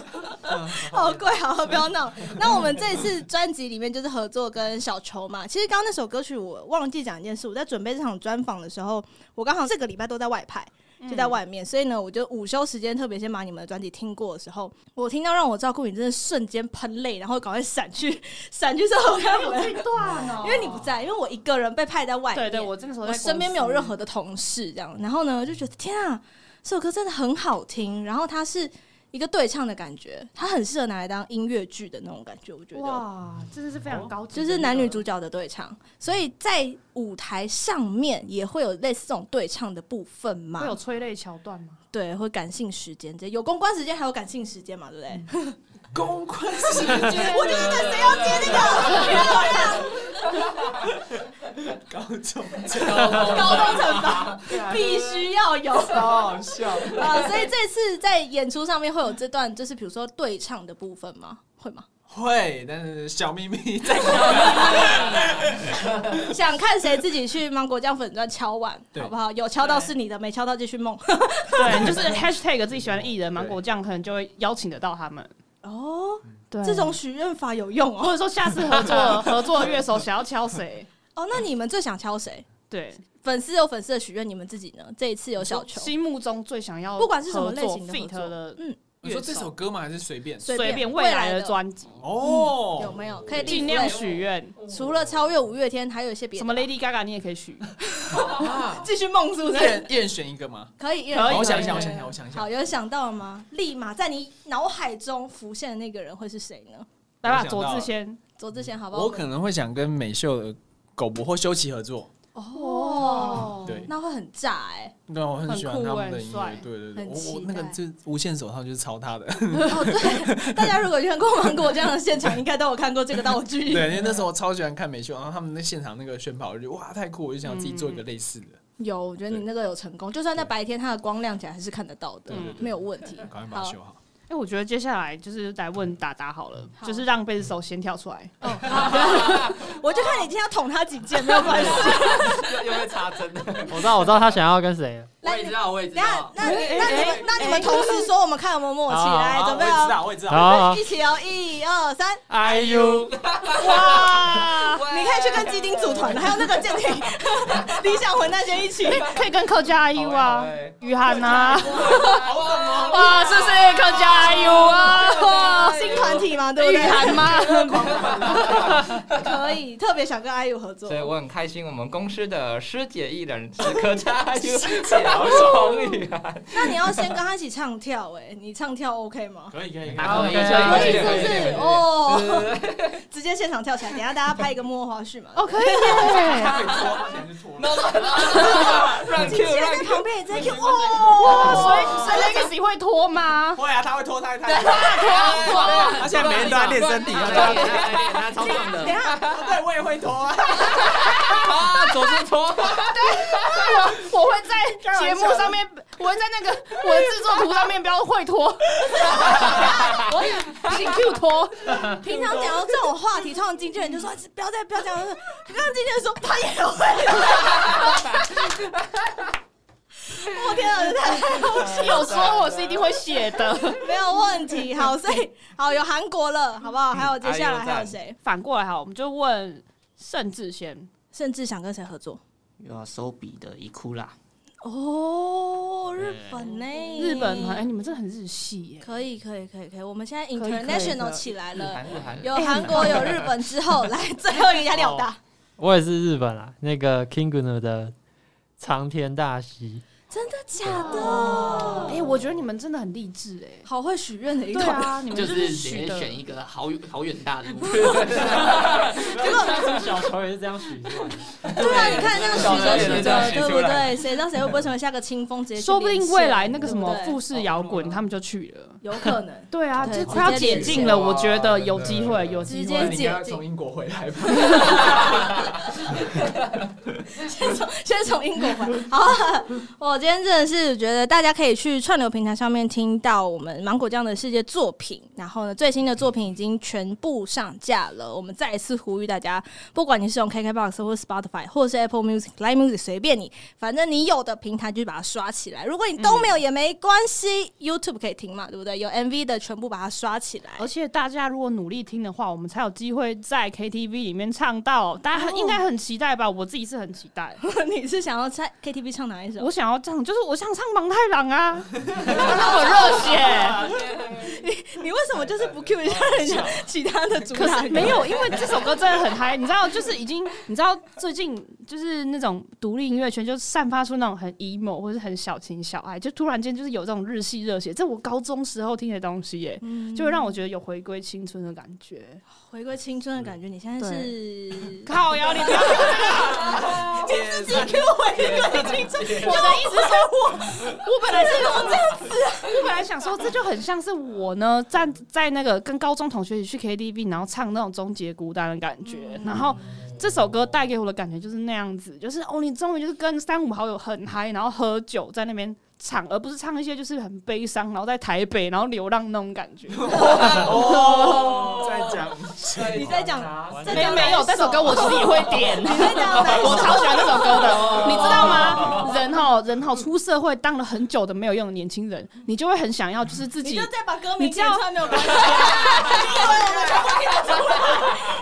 S1: 好贵啊，不要闹。那我们这次专辑里面就是合作跟小球嘛，其实刚刚那首歌曲我忘记讲一件事，我在准备这场专访的时候，我刚好这个礼拜都在外拍。就在外
S5: 嗯
S1: 面，所以呢，我就午休时间特别先把你们的专辑听过的时候，我听到让我照顾你，真的瞬间喷泪，然后赶快闪去闪去之后看我 的，
S5: 段哦
S1: 因为你不在，因为我一个人被派在外面。
S5: 对对，我这个时候在
S1: 我
S5: 公司
S1: 身边没有任何的同事这样，然后呢就觉得天啊，这首歌真的很好听，然后它是一个对唱的感觉，它很适合拿来当音乐剧的那种感觉，我觉得
S5: 哇，真哦的是非常高级的
S1: 就
S5: 那个，
S1: 是男女主角的对唱，所以在舞台上面也会有类似这种对唱的部分
S5: 会有
S1: 嘛，
S5: 催泪桥段吗？
S1: 对，会感性时间，这有公关时间还有感性时间嘛，对不对？
S6: 公关时间，
S1: 我就是等谁要接那个，
S6: 高中
S1: 高中惩罚必须要有。
S6: 超好笑，
S1: 啊，所以这次在演出上面会有这段，就是比如说对唱的部分吗？会吗？
S6: 会，但是小秘密在
S1: 想看谁自己去芒果酱粉钻敲碗，
S6: 对
S1: 好不好？有敲到是你的，没敲到继续梦。
S5: 对，就是 hashtag 自己喜欢的艺人，芒果酱可能就会邀请得到他们。
S1: 哦，
S5: 对
S1: 这种许愿法有用
S5: 或
S1: 哦。
S5: 者说下次合作合作的乐手想要敲谁？
S1: 哦，那你们最想敲谁？
S5: 对，
S1: 粉丝有粉丝的许愿，你们自己呢？这一次有小球，
S5: 心目中最想要
S1: 不管是什么类型的合
S5: fit
S1: 作
S5: 的
S1: 嗯，
S6: 你说这首歌吗？还是随便？
S1: 随
S5: 随便未
S1: 未来
S5: 来的专辑，
S1: 有
S6: 哦，
S1: 没有可以立
S5: 尽量
S1: flag？
S5: 许愿。
S1: 除了超越五月天，还有一些别的
S5: 什
S1: 吧
S5: 么 Lady Gaga 你也可以许，
S1: 继续梦是不
S6: 一
S1: 是？
S6: 人一人选一个吗？
S1: 可以，一人
S5: 可以
S6: 好我想
S5: 可
S6: 一
S5: 以
S6: 下，
S5: 可
S6: 我
S5: 以
S6: 想一下，我想一下
S1: 好，。有想到吗？立马在你脑海中浮现的那个人会是谁呢？
S5: 来吧，
S6: 我想到
S5: 左
S6: 了
S5: 志先。
S1: 左志贤，好不好？
S6: 我可能会想跟美秀的狗博或修齐合作，
S1: 哦，
S6: 对
S1: 那会很炸 哎、
S6: 对，啊我很喜欢
S5: 很酷
S6: 他们的
S5: 很
S6: 音
S5: 帅
S6: 乐，对对
S1: 欸
S6: 对，
S1: 很
S6: 我
S1: 期
S6: 我那个
S1: 待
S6: 这无线手套就是抄他 的，
S1: 哦，对，大家如果去看过芒果这样的现场，应该都有看过这个道具。
S6: 对，因为那时候我超喜欢看美秀，然后他们那现场那个炫跑，我就觉得哇太酷，我就想自己做一
S1: 嗯
S6: 个类似的，
S1: 有，我觉得你那个有成功，就算在白天，它的光亮起来还是看得到的
S6: 对对，对
S1: 没有问题。
S6: 赶快把 它
S1: 好
S6: 修，好。
S5: 哎，我觉得接下来就是来问达达好了，
S1: 好
S5: 就是让贝斯手先跳出来。
S1: 哦，好，我就看你今天要捅他几剑，没有关 系。
S7: 又又会插针的。
S2: 我知道，我知道他想要跟谁了。
S7: 我也知道，我也知
S1: 等一下
S7: 道，。
S1: 那你那你们那你们同时说，我们看有没有默契。
S2: 好
S1: 来，准备
S6: 啊我也知
S1: 哦，
S2: 好
S6: 道，我也知道。
S2: 好
S1: 一起哦，一二三，
S2: ，I U，
S5: 哇，
S1: 你可以去跟基丁组团，还有那个舰 艇理想混那些一 起。
S5: 可以跟客家 IU 啊，于涵啊，
S4: 啊
S6: 哦
S5: 哇，是不是客家 IU 啊？
S1: 新团体嘛，对不
S5: 于
S1: 对？
S5: 涵吗？
S1: 可以，特别想跟 IU 合作
S4: 所。以我很开心，我们公司的师姐艺人是客家有小虫语啊，
S1: 那你要先跟他一起唱跳，哎，你唱跳 OK 吗？
S6: 可以可以
S7: 啊可以
S1: 可
S7: 可
S1: 以
S7: 以
S1: 是不
S7: 可以可以
S1: 是？哦，直接现场跳起来，等一下大家拍一个幕后花絮嘛。
S5: 哦，可以耶！
S1: 对
S7: 乱
S1: 经
S7: Q
S1: 纪人
S7: 乱
S1: 在
S7: Q，
S1: 旁边也在 Q，哦
S5: 哇，所以
S1: 哇，
S5: 所以 Legacy 会脱吗？啊
S6: 会啊，他会拖，他会他会
S7: 他
S6: 他啊现在每天都在练身体，啊 他
S7: 练他超壮
S1: 等
S7: 的
S1: 一， 下，
S6: 对我也会拖啊。
S7: 啊，左是搓，
S5: 我会在节目上面，我会在那个我的制作图上面标会脱，我也请 Q 脱，
S1: 平常讲到这种话题，通常经纪人就说哎不要再不要讲了。刚刚经纪人说他也会。我天啊，太好笑了！
S5: 有说我是一定会写的。
S1: 没有问题。好，所以好有韩国了，好不好？还有接下来
S4: 哎呦
S1: 还有谁？
S5: 反过来好，我们就问盛智先，
S1: 甚至想跟谁合作？
S7: 又要啊收笔的一哭啦，
S1: 哦，日本呢？
S5: 日本
S1: 嗯
S5: 团，哎，你们真的很日系耶。
S1: 可以，可以，可以，可以。嗯我们现在
S5: 以可以
S1: international
S5: 可以
S1: 起来
S4: 日
S1: 了
S4: 韩，日韩，
S1: 有韩国，有日本之后，来最后一个雅典达，
S2: 我也是日本啦，那个 Kingdom 的长田大 喜，
S1: 真的假的？
S5: 哎，我觉得你们真的很励志哎。
S1: 哦好会许愿的一个
S5: 对。啊，你们
S7: 就是是
S5: 许
S7: 选
S5: 的。
S7: 选一个好远好远大 的路，
S2: 当初小球也是这样许愿的。
S1: 对啊，你看这样许着许
S4: 小时候也是这样
S1: 着，
S4: 许
S1: 对不
S4: 出来
S1: 对？谁知道谁会不会成为下个清风？直接去
S5: 说不定
S1: 连线
S5: 未来那个什么
S1: 对不对
S5: 富士摇滚，他们就去了。
S1: 有可 能。
S5: 对啊，
S1: 对
S5: 就
S1: 直接
S5: 快要解禁了，
S4: 连线
S5: 我觉得有机会，有
S1: 直
S5: 机
S1: 接
S5: 会。
S6: 你
S1: 解
S6: 要
S1: 禁
S6: 从，英国回来吧？
S1: 先从先从英国回。好、啊， 我今天真的是觉得大家可以去串流平台上面听到我们芒果酱的世界作品，然后呢，最新的作品已经全部上架了。我们再一次呼吁大家，不管你是用 KKBOX 或是 Spotify 或是 Apple Music、Live Music，随便你，反正你有的平台就把它刷起来。如果你都没有也没关系、y o u t u b e 可以听嘛，对不对？有 MV 的全部把它刷起来。
S5: 而且大家如果努力听的话，我们才有机会在 KTV 里面唱到。大家
S1: 哦
S5: 很应该很期待吧？我自己是很期待。
S1: 你是想要在 KTV 唱哪一首
S5: 我？想要唱，就是我想唱《芒太郎》 啊，那么热
S1: 你为什么就是不 cue 一下人家其他的主
S5: 血。
S1: 打
S5: 可
S1: 歌？
S5: 是没有，因为这首歌真的很嗨。你知道，就是已经，你知道最近就是那种独立音乐圈就散发出那种很 emo 或是很小情小爱，就突然间就是有这种日系热血。这我高中时时候听的东西耶，
S1: 嗯
S5: 就会让我觉得有回归青春的感觉。
S1: 回归青春的感觉。你现在 是
S5: 靠呀，你不要
S1: 自己 Q 回归青春，我的意思是我，我本来是我这样
S5: 我本来想说，这就很像是我呢，站在那个跟高中同学一起去 KTV，然后唱那种终结孤单的感觉。然后这首歌带给我的感觉就是那样子，就是哦，你终于就是跟三五好友很嗨，然后喝酒在那边唱，而不是唱一些就是很悲伤，然后在台北然后流浪那种感觉。
S6: 哦，在讲
S1: 你在讲，在
S5: 没
S1: 讲
S5: 没 有，这首歌我自己会 点。
S1: 你在讲哪一
S5: 我
S1: 首？
S5: 超喜欢这首歌
S1: 哦
S5: 的，你知道吗？人哈，人哈，出社会当了很久的没有用的年轻人，你就会很想要，就是自
S1: 你
S5: 己
S1: 就再把歌名讲
S5: 你
S1: 出来没有关系。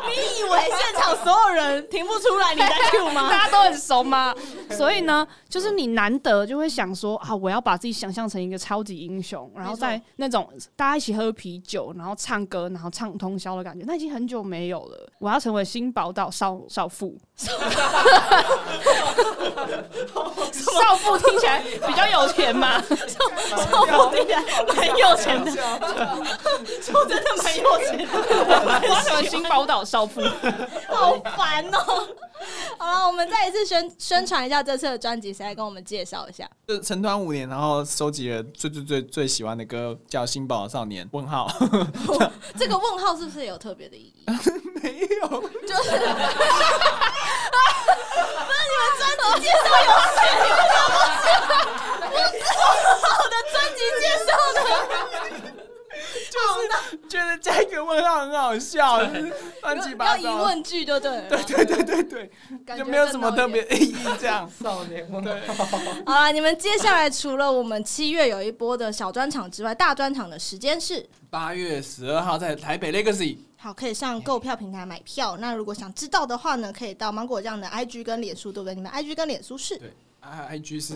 S1: 你以为我们全部听不出来？ 你以为现场所有人听不出来你在 Q 吗？
S5: 大家都很熟嘛。所以呢，就是你难得就会想说啊，我要把自己想象成一个超级英雄，然后在那种大家一起喝啤酒，然后唱歌，然后唱通宵的感觉，那已经很久没有了。我要成为新宝岛少 少妇，少妇听起来比较有钱 嘛，
S1: 少妇听起来蛮有钱的，说真的蛮有钱的。
S5: 我要成为新宝岛少妇。
S1: 好烦哦、好了，我们再一次宣宣传一下这次的专辑，谁来跟我们介绍一下？
S6: 就是成团五年，然后收集了最最最最喜欢的歌，叫《新宝少年》。问号
S1: 这个问号是不是有特别的意义？
S6: 没有，
S1: 就是，不是你们专辑介绍有谁？你们怎么我的专辑介绍呢？
S6: 觉得加一个问号很好笑，就是乱七
S1: 要
S6: 八
S1: 疑
S6: 糟。
S1: 问句就对了。对
S6: 对对对对，就没有什么特别。意义 这样。
S4: 少年问
S1: 好了，你们接下来除了我们七月有一波的小专场之外，大专场的时间是
S6: 八月十二号在台北 Legacy，
S1: 好，可以
S6: 哎
S1: 上购票平台买票。那如果想知道的话呢，可以到芒果酱的 IG 跟脸书，对不对？你们 IG 跟脸书是
S6: 对啊，IG 是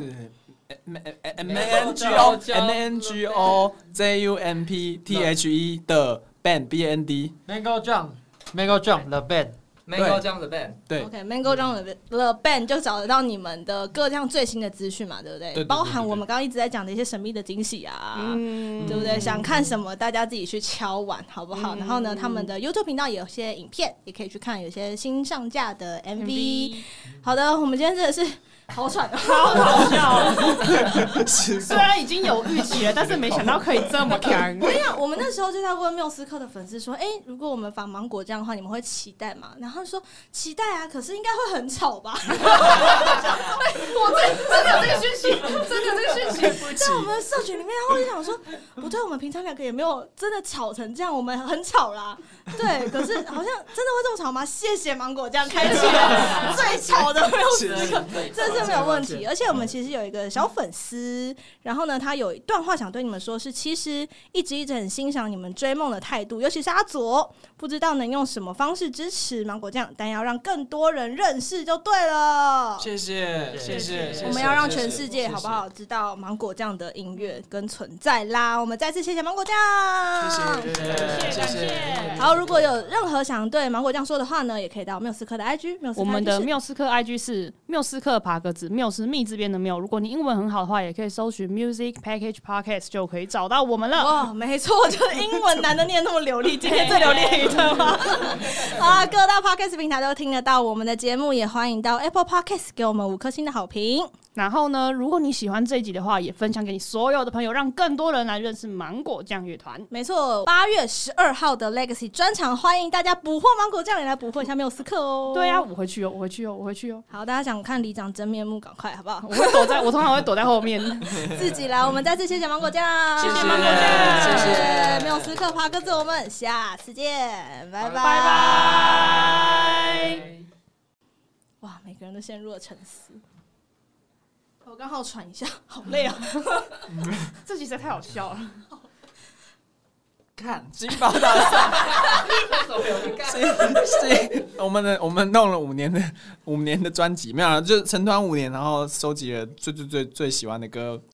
S6: M M N G O M N G O J U M P T H E 的 Band B A N D，
S2: Mango Jump，Mango Jump，The Band，
S4: Mango Jump 的 Band，
S6: 对嗯
S1: OK Mango 酱的 The Band 就找得到你们的各项最新的资讯嘛，对不对？
S6: 对对对
S1: 包含我们刚刚一直在讲的一些神秘的惊喜啊。
S5: 嗯，
S1: 对不对？想看什么，大家自己去敲碗，好不
S6: 嗯
S1: 好？然后呢，他们的 YouTube 频道也有些影片，也可以去看，有些新上架的
S5: 嗯
S1: MV。好的，我们今天真的是好喘哦，
S5: 超好笑。哦
S6: 是
S5: 虽然已经有预期了，但是没想到可以这么强。
S1: 我跟你讲， 我们那时候就在问缪斯克的粉丝说：“哎、如果我们仿芒果酱的话，你们会期待吗？”然后他说：“期待啊，可是应该会很吵吧？”
S5: 我真真的有这个讯息，真的有这个讯息。
S1: 在我们社群里面，然后我就想说，不对，我们平常两个也没有真的吵成这样，我们很吵啦。对，可是好像真的会这么吵吗？谢谢芒果酱开启了最吵的缪斯克，这是没有问题。而且我们其实有一个小粉丝，然后呢，他有一段话想对你们说是，其实一直一直很欣赏你们追梦的态度，尤其是阿佐，不知道能用什么方式支持芒果酱，但要让更多人认识就对了。
S6: 谢谢谢谢，谢
S1: 我们要让全世界好不好知道芒果酱的音乐跟存在啦！我们再次谢谢芒果酱，
S6: 谢谢谢谢，
S1: 好，如果有任何想对芒果酱说的话呢，也可以到缪斯科的 IG，缪斯科
S5: 我们的
S1: IG 是
S5: 缪斯克 IG 是缪斯克爬格子，缪是密字边的缪。如果你英文很好的话，也可以搜寻 Music Package Podcast 就可以找到我们了。
S1: 哇，没错，就是英文难得念那么流利，今天最流利的一段话。 好啦，各大 podcast 平台都听得到我们的节目，也欢迎到 Apple Podcast 给我们五颗星的好评。
S5: 然后呢，如果你喜欢这一集的话，也分享给你所有的朋友，让更多人来认识芒果酱乐团。
S1: 没错，八月十二号的 Legacy 专场，欢迎大家捕获芒果酱，也来捕获一下缪斯克哦。
S5: 对啊，，我回去哦，我回去哦，我回去哦。
S1: 好，大家想看里长真面目，赶快好不好？
S5: 我会躲在，我通常会躲在后面。
S1: 自己来。我们再次谢谢芒果酱，谢
S5: 谢芒果酱
S1: 谢谢没有时刻爬鸽子，我们下次见，拜拜
S5: 拜拜。
S1: 哇，每个人都陷入了沉思。我刚好喘一下，好累啊！
S5: 这集实在太好笑了。
S6: 看金宝岛是是， 我们的我们弄了五年的五年的专辑，没有啊，就是成团五年，然后收集了最最最最喜欢的歌，